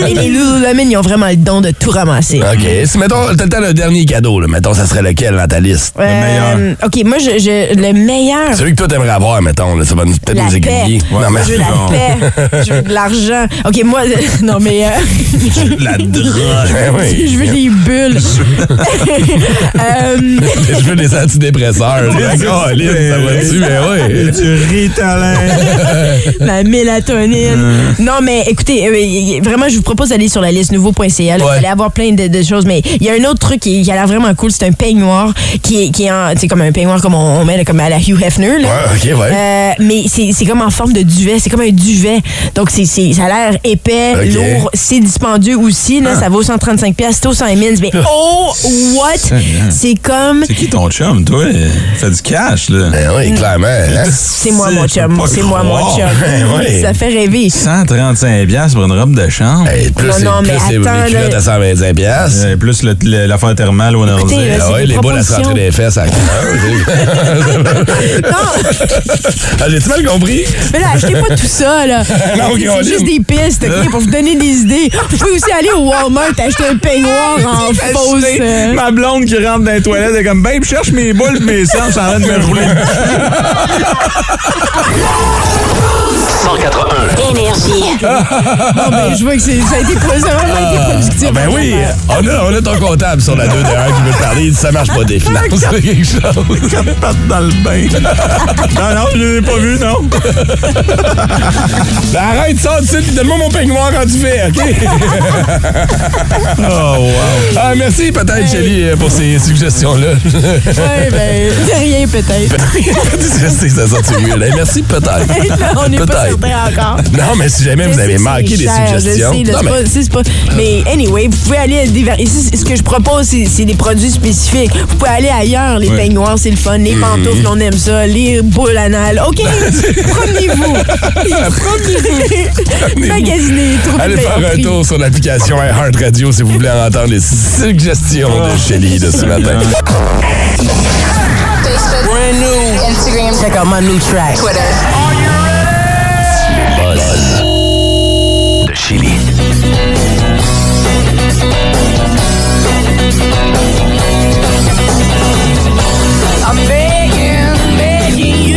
Speaker 4: Et les Lululemon, ils ont vraiment le don de tout ramasser.
Speaker 1: OK. Si, mettons, t'as le temps le dernier cadeau, là. Mettons, ça serait lequel dans ta liste?
Speaker 4: Euh,
Speaker 5: meilleur.
Speaker 4: OK, moi, je, je- le meilleur.
Speaker 1: Celui que toi, t'aimerais avoir, mettons, là. Ça va nous- peut-être
Speaker 4: La
Speaker 1: nous
Speaker 4: paix.
Speaker 1: aiguiller.
Speaker 5: Ouais.
Speaker 1: Non, mais.
Speaker 4: Je veux la
Speaker 5: Bon.
Speaker 4: paix. Je veux de l'argent. OK, moi, non, mais. euh,
Speaker 5: La drogue.
Speaker 1: Ben oui.
Speaker 4: je veux des bulles. Euh,
Speaker 1: Je veux des antidépresseurs.
Speaker 5: Ouais,
Speaker 1: Colin, ça va-tu? Ben oui.
Speaker 5: Du ritalin.
Speaker 4: la mélatonine. Non, mais écoutez, euh, y- y- vraiment, je vous propose d'aller sur la liste nouveau.ca. là. Vous
Speaker 1: Ouais.
Speaker 4: allez avoir plein de, de choses. Mais il y a un autre truc qui, qui a l'air vraiment cool. C'est un peignoir qui est, qui est en- tu sais, comme un peignoir comme on, on met là, comme à la Hugh Hefner. là.
Speaker 1: Ouais, OK, ouais.
Speaker 4: Euh, mais c'est c'est comme en forme forme de duvet. C'est comme un duvet. Donc, c'est, c'est- ça a l'air épais,
Speaker 1: Ok.
Speaker 4: lourd. C'est dispendieux aussi. Là, Ça vaut 135 pièces, c'est au 100 000. Mais oh, what?
Speaker 5: Seigneur.
Speaker 4: C'est comme...
Speaker 5: C'est qui ton chum, toi? Fais du cash, là.
Speaker 1: Ben
Speaker 4: euh,
Speaker 1: oui, clairement. hein?
Speaker 4: C'est moi, mon
Speaker 5: C'est
Speaker 4: chum.
Speaker 5: pas
Speaker 4: C'est moi, mon
Speaker 5: croire.
Speaker 4: chum.
Speaker 1: Ben oui.
Speaker 4: Ça fait rêver.
Speaker 5: 135 piastres pour une robe de chambre.
Speaker 1: Hey, plus
Speaker 4: Non,
Speaker 1: c'est-
Speaker 4: non,
Speaker 1: plus
Speaker 4: mais
Speaker 1: c'est
Speaker 4: attends,
Speaker 1: les culottes
Speaker 4: là.
Speaker 1: à 125 piastres.
Speaker 5: Euh, plus le- le- l'affaire thermale au nord
Speaker 4: Écoutez, là,
Speaker 1: Ah
Speaker 4: c'est
Speaker 1: ouais,
Speaker 4: des
Speaker 1: les boules à se
Speaker 4: propositions.
Speaker 1: rentrer les fesses à la couleur,
Speaker 4: Non,
Speaker 1: Ah, J'ai-tu mal compris?
Speaker 4: mais là, achetez pas tout ça, là.
Speaker 1: Non, ok, on
Speaker 4: c'est juste des
Speaker 1: lime.
Speaker 4: pistes, OK, pour vous donner des idées. Vous pouvez aussi aller au Walmart acheter un peignoir en fausse... euh,
Speaker 5: Ma blonde qui rentre dans les toilettes, elle est comme, babe, cherche mes boules, mes sangs, je suis en train de me rouler.
Speaker 3: 181.
Speaker 6: Énergie.
Speaker 4: Bon, ben, je vois que c'est- ça a été, pro- ça a vraiment été productif. hein.
Speaker 1: Ben oui, on a, on a ton comptable sur la 2 de 1 qui veut te parler. Il dit, ça marche pas des finances. C'est quelque chose.
Speaker 5: Comme partent dans le bain. non, non, je l'ai pas vu, non.
Speaker 1: Ben arrête ça, tu sais, puis donne-moi mon peignoir quand tu fais, OK?
Speaker 5: Oh, wow.
Speaker 1: Ah, merci peut-être, Shelly, euh, pour ces suggestions-là.
Speaker 4: Ouais, ben, c'est rien peut-être.
Speaker 1: Je sais que ça sort sur lui, là. Merci peut-être.
Speaker 4: Là, on n'est pas
Speaker 1: Peut-être.
Speaker 4: certain encore.
Speaker 1: Non, mais si jamais vous avez manqué des suggestions.
Speaker 4: Je sais, là,
Speaker 1: non,
Speaker 4: c'est
Speaker 1: mais-
Speaker 4: pas- c'est- c'est pas, mais anyway, vous pouvez aller à des vari- ici, c'est- Ce que je propose, c'est c'est des produits spécifiques. Vous pouvez aller ailleurs. Les
Speaker 5: Ouais.
Speaker 4: peignoirs, c'est le fun. Les
Speaker 1: Mhm.
Speaker 4: pantoufles, on aime ça. Les boules anales. OK, promenez-vous. promenez-vous. Magasinez. trouvez
Speaker 1: Allez
Speaker 4: le
Speaker 1: faire
Speaker 4: meilleur
Speaker 1: un
Speaker 4: prix.
Speaker 1: tour sur l'application iHeart Radio si vous voulez en entendre les suggestions de Shelly de ce matin.
Speaker 7: Instagram,
Speaker 6: Check out my new track.
Speaker 7: Twitter.
Speaker 3: De Chili.
Speaker 7: I'm begging, begging you.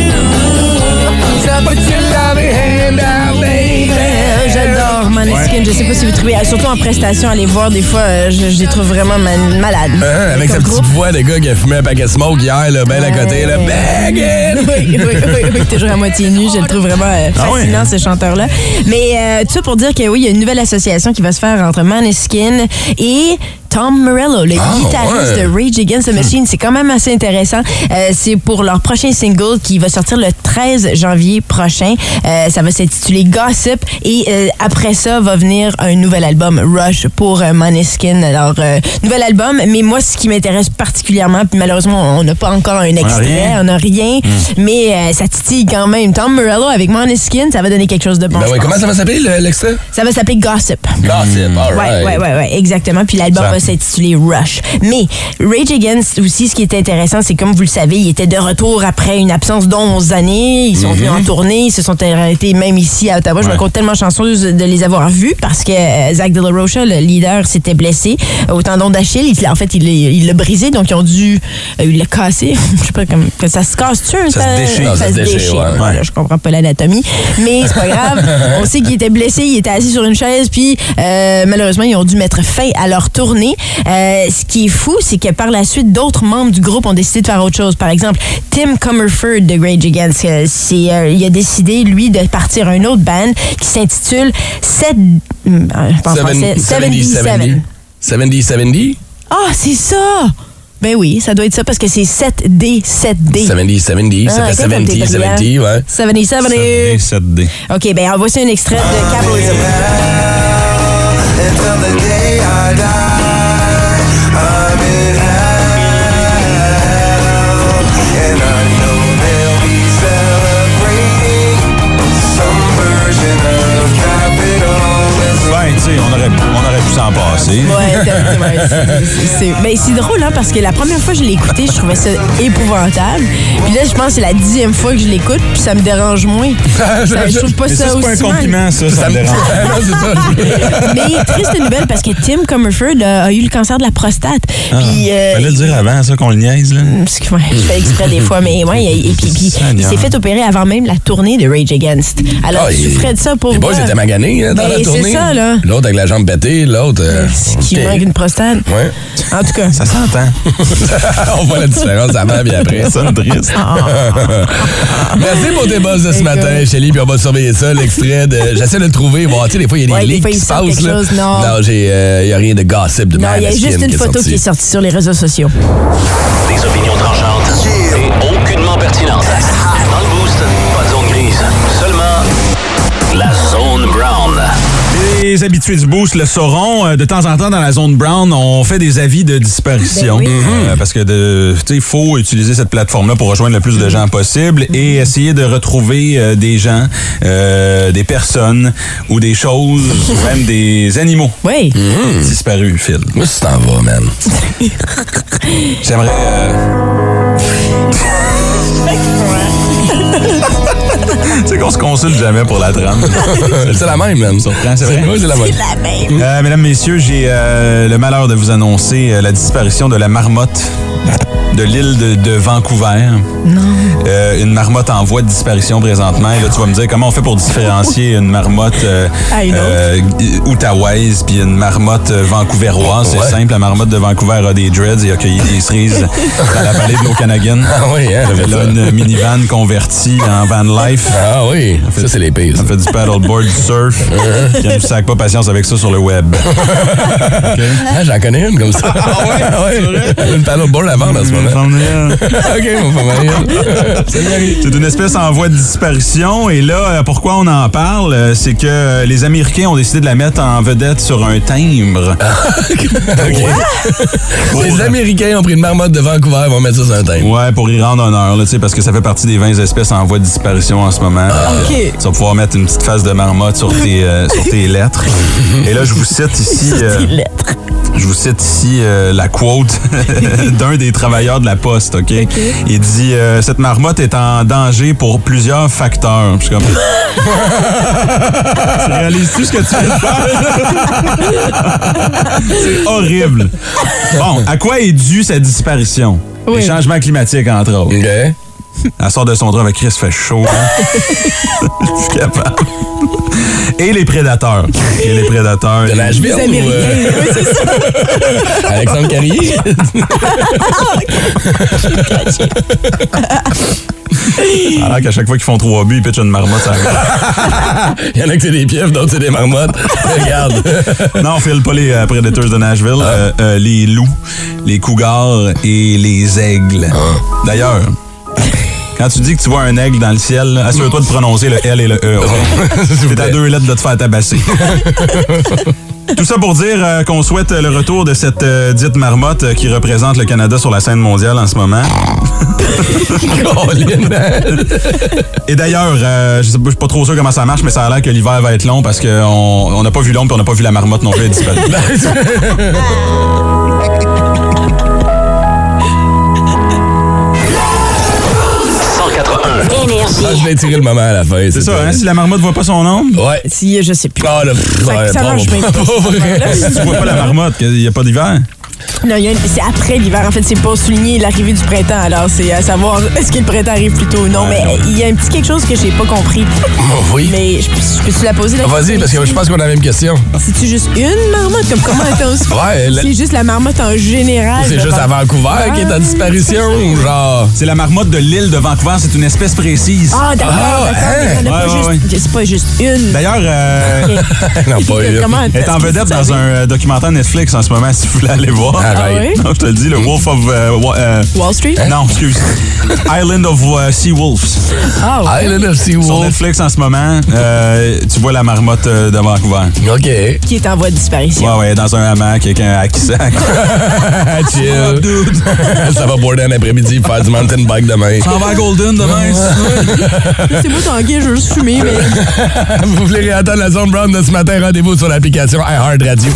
Speaker 4: Euh, J'adore Maneskin. Je sais pas si vous trouvez. euh, Surtout en prestation, allez voir. Des fois, euh, je, je les trouve vraiment man- malades.
Speaker 1: Hein, avec sa
Speaker 4: Comme
Speaker 1: petite
Speaker 4: groupe.
Speaker 1: voix de gars qui a fumé un paquet de smoke hier, là, ben à côté, là, bang it!
Speaker 4: oui, oui, oui, oui, toujours à moitié nu. Je le trouve vraiment euh, fascinant, ce chanteur-là. Mais euh, tout ça pour dire que oui, il y a une nouvelle association qui va se faire entre Maneskin et Tom Morello, le
Speaker 1: Ah,
Speaker 4: guitariste
Speaker 1: ouais.
Speaker 4: de Rage Against the Machine. C'est quand même assez intéressant. Euh, c'est pour leur prochain single qui va sortir le 13 janvier prochain. Euh, ça va s'intituler Gossip. Et euh, après ça, va venir un nouvel album, Rush, pour euh, Maneskin. Alors, euh, nouvel album. Mais moi, ce qui m'intéresse particulièrement, puis malheureusement, on n'a pas encore un
Speaker 5: a
Speaker 4: extrait,
Speaker 5: rien.
Speaker 4: on n'a rien,
Speaker 1: Hmm.
Speaker 4: mais euh, ça titille quand même. Tom Morello avec Maneskin, ça va donner quelque chose de bon.
Speaker 1: Ben
Speaker 4: je
Speaker 1: ouais,
Speaker 4: pense.
Speaker 1: comment ça va s'appeler, le- l'extrait? Mm.
Speaker 4: Ça va s'appeler Gossip.
Speaker 1: Gossip,
Speaker 4: Ouais, ouais, ouais, ouais, exactement. Puis l'album
Speaker 1: Ça-
Speaker 4: va s'intituler Rush. Mais Rage Against aussi, ce qui était intéressant, c'est comme vous le savez, ils étaient de retour après une absence d'11 années. Ils sont venus
Speaker 1: Mhm.
Speaker 4: en tournée, ils se sont arrêtés même ici à Ottawa. Je me
Speaker 5: Ouais.
Speaker 4: compte tellement chanceuse de les avoir vus parce que euh, Zach De La Rocha, le leader, s'était blessé au tendon d'Achille. Il- En fait, il l'a- il l'a brisé, donc ils ont dû euh, il l'a cassé. Je sais pas comme que ça se casse-tu un
Speaker 1: Ça se
Speaker 4: tendon?
Speaker 1: déchire.
Speaker 4: Ça, se déchire.
Speaker 1: ouais.
Speaker 4: Voilà, je comprends pas l'anatomie, mais c'est pas grave. On sait qu'il était blessé, il était assis sur une chaise, puis euh, malheureusement, ils ont dû mettre fin à leur tournée. Euh, ce qui est fou, c'est que par la suite, d'autres membres du groupe ont décidé de faire autre chose. Par exemple, Tim Comerford de Rage Against, euh, c'est, euh, il a décidé, lui, de partir à un autre band qui s'intitule Sept- hum, euh, pas en français, 77.
Speaker 1: 70, 70?
Speaker 4: Ah, c'est ça! Ben oui, ça doit être ça parce que c'est 7D, 7D.
Speaker 1: 70, 70, ça
Speaker 4: Ah,
Speaker 1: fait
Speaker 4: toi, comme t'es
Speaker 1: 70, 70, ouais.
Speaker 4: 77.
Speaker 5: 7D.
Speaker 4: OK, ben en voici un extrait de Capitalism.
Speaker 5: Ben, tu sais, on aurait, on aurait pu s'en passer.
Speaker 4: Ouais, t'as- ouais, c'est- c'est- c'est- ben, c'est drôle, hein, parce que la première fois que je l'ai écouté, je trouvais ça épouvantable. Puis là, je pense que c'est la dixième fois que je l'écoute, puis ça me dérange moins.
Speaker 1: Ah,
Speaker 4: Ça, je trouve pas
Speaker 5: Mais
Speaker 4: ça,
Speaker 5: ça, c'est
Speaker 4: aussi
Speaker 5: pas un
Speaker 4: mal.
Speaker 5: compliment, ça, ça me dérange.
Speaker 1: Non, c'est ça.
Speaker 4: Mais triste nouvelle, parce que Tim Comerford a, a eu le cancer de la prostate. Puis, euh,
Speaker 5: Ah. Fallait le dire avant, ça, qu'on le niaise, là.
Speaker 4: Parce que, ouais, je fais exprès des fois, mais ouais, et, et puis, puis il
Speaker 5: Seigneur.
Speaker 4: s'est fait opérer avant même la tournée de Rage Against. Alors,
Speaker 1: Ah,
Speaker 4: il
Speaker 1: et-
Speaker 4: souffrait de ça pour
Speaker 1: Les boys
Speaker 4: moi.
Speaker 1: étaient maganés hein, dans
Speaker 4: Ben,
Speaker 1: la tournée.
Speaker 4: c'est ça, là.
Speaker 1: L'autre avec la jambe pétée, l'autre... euh,
Speaker 4: C'est Qui
Speaker 1: ok.
Speaker 4: manque une prostate.
Speaker 1: Ouais.
Speaker 4: En tout cas.
Speaker 5: Ça s'entend.
Speaker 1: On voit la différence avant et après.
Speaker 5: Ça me triste.
Speaker 4: Ah,
Speaker 1: Merci pour tes buzz de ce matin, Shelly, puis on va surveiller ça, l'extrait de. J'essaie de le trouver, voir. Tu sais, des fois, il y a des
Speaker 4: Ouais, des
Speaker 1: leaks
Speaker 4: fois,
Speaker 1: qui
Speaker 4: il
Speaker 1: se
Speaker 4: sort
Speaker 1: passent,
Speaker 4: quelque
Speaker 1: là.
Speaker 4: chose, non.
Speaker 1: j'ai, euh, il n'y a rien de gossip de
Speaker 4: Non, il y a
Speaker 1: Maneskin
Speaker 4: juste une
Speaker 1: est
Speaker 4: photo
Speaker 1: sortie.
Speaker 4: qui est sortie sur les réseaux sociaux.
Speaker 3: Des opinions tranchantes et aucunement pertinentes. Dans le boost, pas de zone grise, seulement
Speaker 5: les habitués du boost le sauront, euh, de temps en temps, dans la zone brown, on fait des avis de disparition.
Speaker 1: Ben
Speaker 5: Euh, parce que de- tu sais, il faut utiliser cette plateforme-là pour rejoindre le plus de gens possible
Speaker 1: Mhm.
Speaker 5: et essayer de retrouver euh, des gens, euh, des personnes ou des choses, ou même des animaux
Speaker 4: Oui.
Speaker 5: disparus, Phil.
Speaker 1: Où est-ce que tu Mhm. t'en vas, man?
Speaker 5: J'aimerais... euh, tu sais qu'on se consulte jamais pour la trame.
Speaker 1: C'est la même, man.
Speaker 5: surprend, c'est vrai?
Speaker 1: Oui, c'est la même.
Speaker 4: Mm.
Speaker 5: Euh, mesdames, messieurs, j'ai euh, le malheur de vous annoncer euh, la disparition de la marmotte de l'île de, de Vancouver. Non. une marmotte en voie de disparition présentement. Et là, tu vas me dire comment on fait pour différencier une marmotte euh,
Speaker 4: À une autre.
Speaker 5: euh, outaouaise puis une marmotte euh, vancouveroise. C'est
Speaker 1: Ouais.
Speaker 5: simple, la marmotte de Vancouver a des dreads et a cueilli des cerises dans la vallée de l'Okanagan.
Speaker 1: Ah oui, hein, elle a fait
Speaker 5: Elle a
Speaker 1: ça.
Speaker 5: une minivan convertie en van life.
Speaker 1: Ah oui, ça, c'est les pires. ça.
Speaker 5: Ça fait du paddleboard, du surf.
Speaker 1: Euh.
Speaker 5: Qui ne sac pas patience avec ça sur le web.
Speaker 1: Ah, j'en connais une comme ça. Ah ouais? Une paddleboard à vendre en ce moment. OK, mon frère. Salut, Marie.
Speaker 5: C'est une espèce en voie de disparition. Et là, euh, pourquoi on en parle? Euh, C'est que euh, les Américains ont décidé de la mettre en vedette sur un timbre.
Speaker 1: Quoi? Ah, Les Américains ont pris une marmotte de Vancouver, ils vont mettre ça sur un thème.
Speaker 5: Ouais, pour y rendre honneur, là, tu sais, parce que ça fait partie des 20 espèces en voie de disparition en ce moment.
Speaker 1: Ah,
Speaker 5: Euh, Tu vas pouvoir mettre une petite face de marmotte sur tes, euh, sur tes lettres. Et là, je vous cite ici... euh,
Speaker 4: Lettre.
Speaker 5: Je vous cite ici euh, la quote d'un des travailleurs de la poste, OK? Il dit euh, Cette marmotte est en danger pour plusieurs facteurs. Puis Je suis comme. tu réalises-tu ce que tu fais de faire? C'est horrible. Bon, à quoi est due sa disparition?
Speaker 4: Oui.
Speaker 5: Les changements climatiques, entre autres.
Speaker 1: OK.
Speaker 5: Elle sort de son drap avec Chris, fait chaud. Hein? Je suis capable. Et les prédateurs. Et les prédateurs.
Speaker 1: De Nashville ou... euh, Alexandre Carrier?
Speaker 5: Alors qu'à chaque fois qu'ils font trois buts, ils pitchent une marmotte sur la gueule.
Speaker 1: Il y en a que c'est des pièves, d'autres c'est des marmottes. Regarde.
Speaker 5: Non, on file pas les euh, Predators de Nashville,
Speaker 1: Hein?
Speaker 5: euh, euh, les loups, les cougars et les aigles.
Speaker 1: Hein?
Speaker 5: D'ailleurs, quand tu dis que tu vois un aigle dans le ciel, là, assure-toi de prononcer le L et le E. ok?
Speaker 1: vous
Speaker 5: C'est à
Speaker 1: plaît.
Speaker 5: deux lettres de te faire tabasser. Tout ça pour dire euh, qu'on souhaite euh, le retour de cette euh, dite marmotte euh, qui représente le Canada sur la scène mondiale en ce moment.
Speaker 1: Colin.
Speaker 5: Et d'ailleurs, euh, je sais pas- je suis pas trop sûr comment ça marche, mais ça a l'air que l'hiver va être long parce qu'on on n'a pas vu l'ombre et on n'a pas vu la marmotte non plus elle est disparue.
Speaker 1: Ben, Ah, je vais tirer le moment à la fin.
Speaker 5: C'est ça, hein? Si la marmotte voit pas son ombre,
Speaker 1: Ouais.
Speaker 4: Si, je sais plus.
Speaker 1: Ah, le... ouais,
Speaker 4: ça marche bien.
Speaker 1: pauvre.
Speaker 5: si tu vois pas la marmotte, qu'il n'y a pas d'hiver.
Speaker 4: Non, il y a une- c'est après l'hiver. En fait, c'est pour souligner l'arrivée du printemps. Alors, c'est à savoir est-ce que le printemps arrive plus tôt ou non. Mais il y a un petit quelque chose que j'ai pas compris.
Speaker 1: Oui.
Speaker 4: Mais Ah, je, je peux-tu la poser? la
Speaker 1: Vas-y,
Speaker 4: question
Speaker 1: parce que je
Speaker 4: ici?
Speaker 1: pense qu'on a la même question.
Speaker 4: C'est-tu juste une marmotte? Comme comment est-on
Speaker 1: Ouais, la-
Speaker 4: C'est juste la marmotte en général.
Speaker 1: C'est
Speaker 4: je Ah,
Speaker 1: juste
Speaker 4: pense.
Speaker 1: à Vancouver qui est en disparition ou genre...
Speaker 5: C'est la marmotte de l'île de Vancouver, c'est une espèce précise.
Speaker 4: Ah, d'accord,
Speaker 1: Ah,
Speaker 4: d'accord.
Speaker 1: hein?
Speaker 4: mais on n'a pas
Speaker 5: Ouais, ouais,
Speaker 4: juste- C'est pas juste une.
Speaker 5: D'ailleurs, euh,
Speaker 1: Non, pas
Speaker 4: Comment-
Speaker 1: une.
Speaker 5: elle est en
Speaker 4: est-ce que
Speaker 5: vedette
Speaker 4: vous
Speaker 5: dans
Speaker 4: savez? Ah,
Speaker 5: un euh, documentaire Netflix en ce moment, si vous voulez aller voir.
Speaker 1: Arrête.
Speaker 4: oui? Hein?
Speaker 5: Non, je te le dis, le Wolf of... euh, wa- euh,
Speaker 4: Wall Street?
Speaker 1: Hein?
Speaker 5: non, excuse. Island of euh, Sea Wolves.
Speaker 4: Ah, ouais.
Speaker 1: Island of
Speaker 5: Sur
Speaker 1: Seawolf.
Speaker 5: Netflix en ce moment, euh, tu vois la marmotte euh, de Vancouver.
Speaker 1: OK.
Speaker 4: qui est en voie de disparition.
Speaker 5: Ouais, ouais, dans un hamac avec un hacky sack.
Speaker 1: Ah, chill. Ça va boarder un après-midi, faire du mountain bike demain.
Speaker 5: T'en vas à Golden demain.
Speaker 4: C'est moi tangué, je veux juste fumer, mais.
Speaker 1: Vous voulez réentendre la zone brown de ce matin, rendez-vous sur l'application iHeartRadio.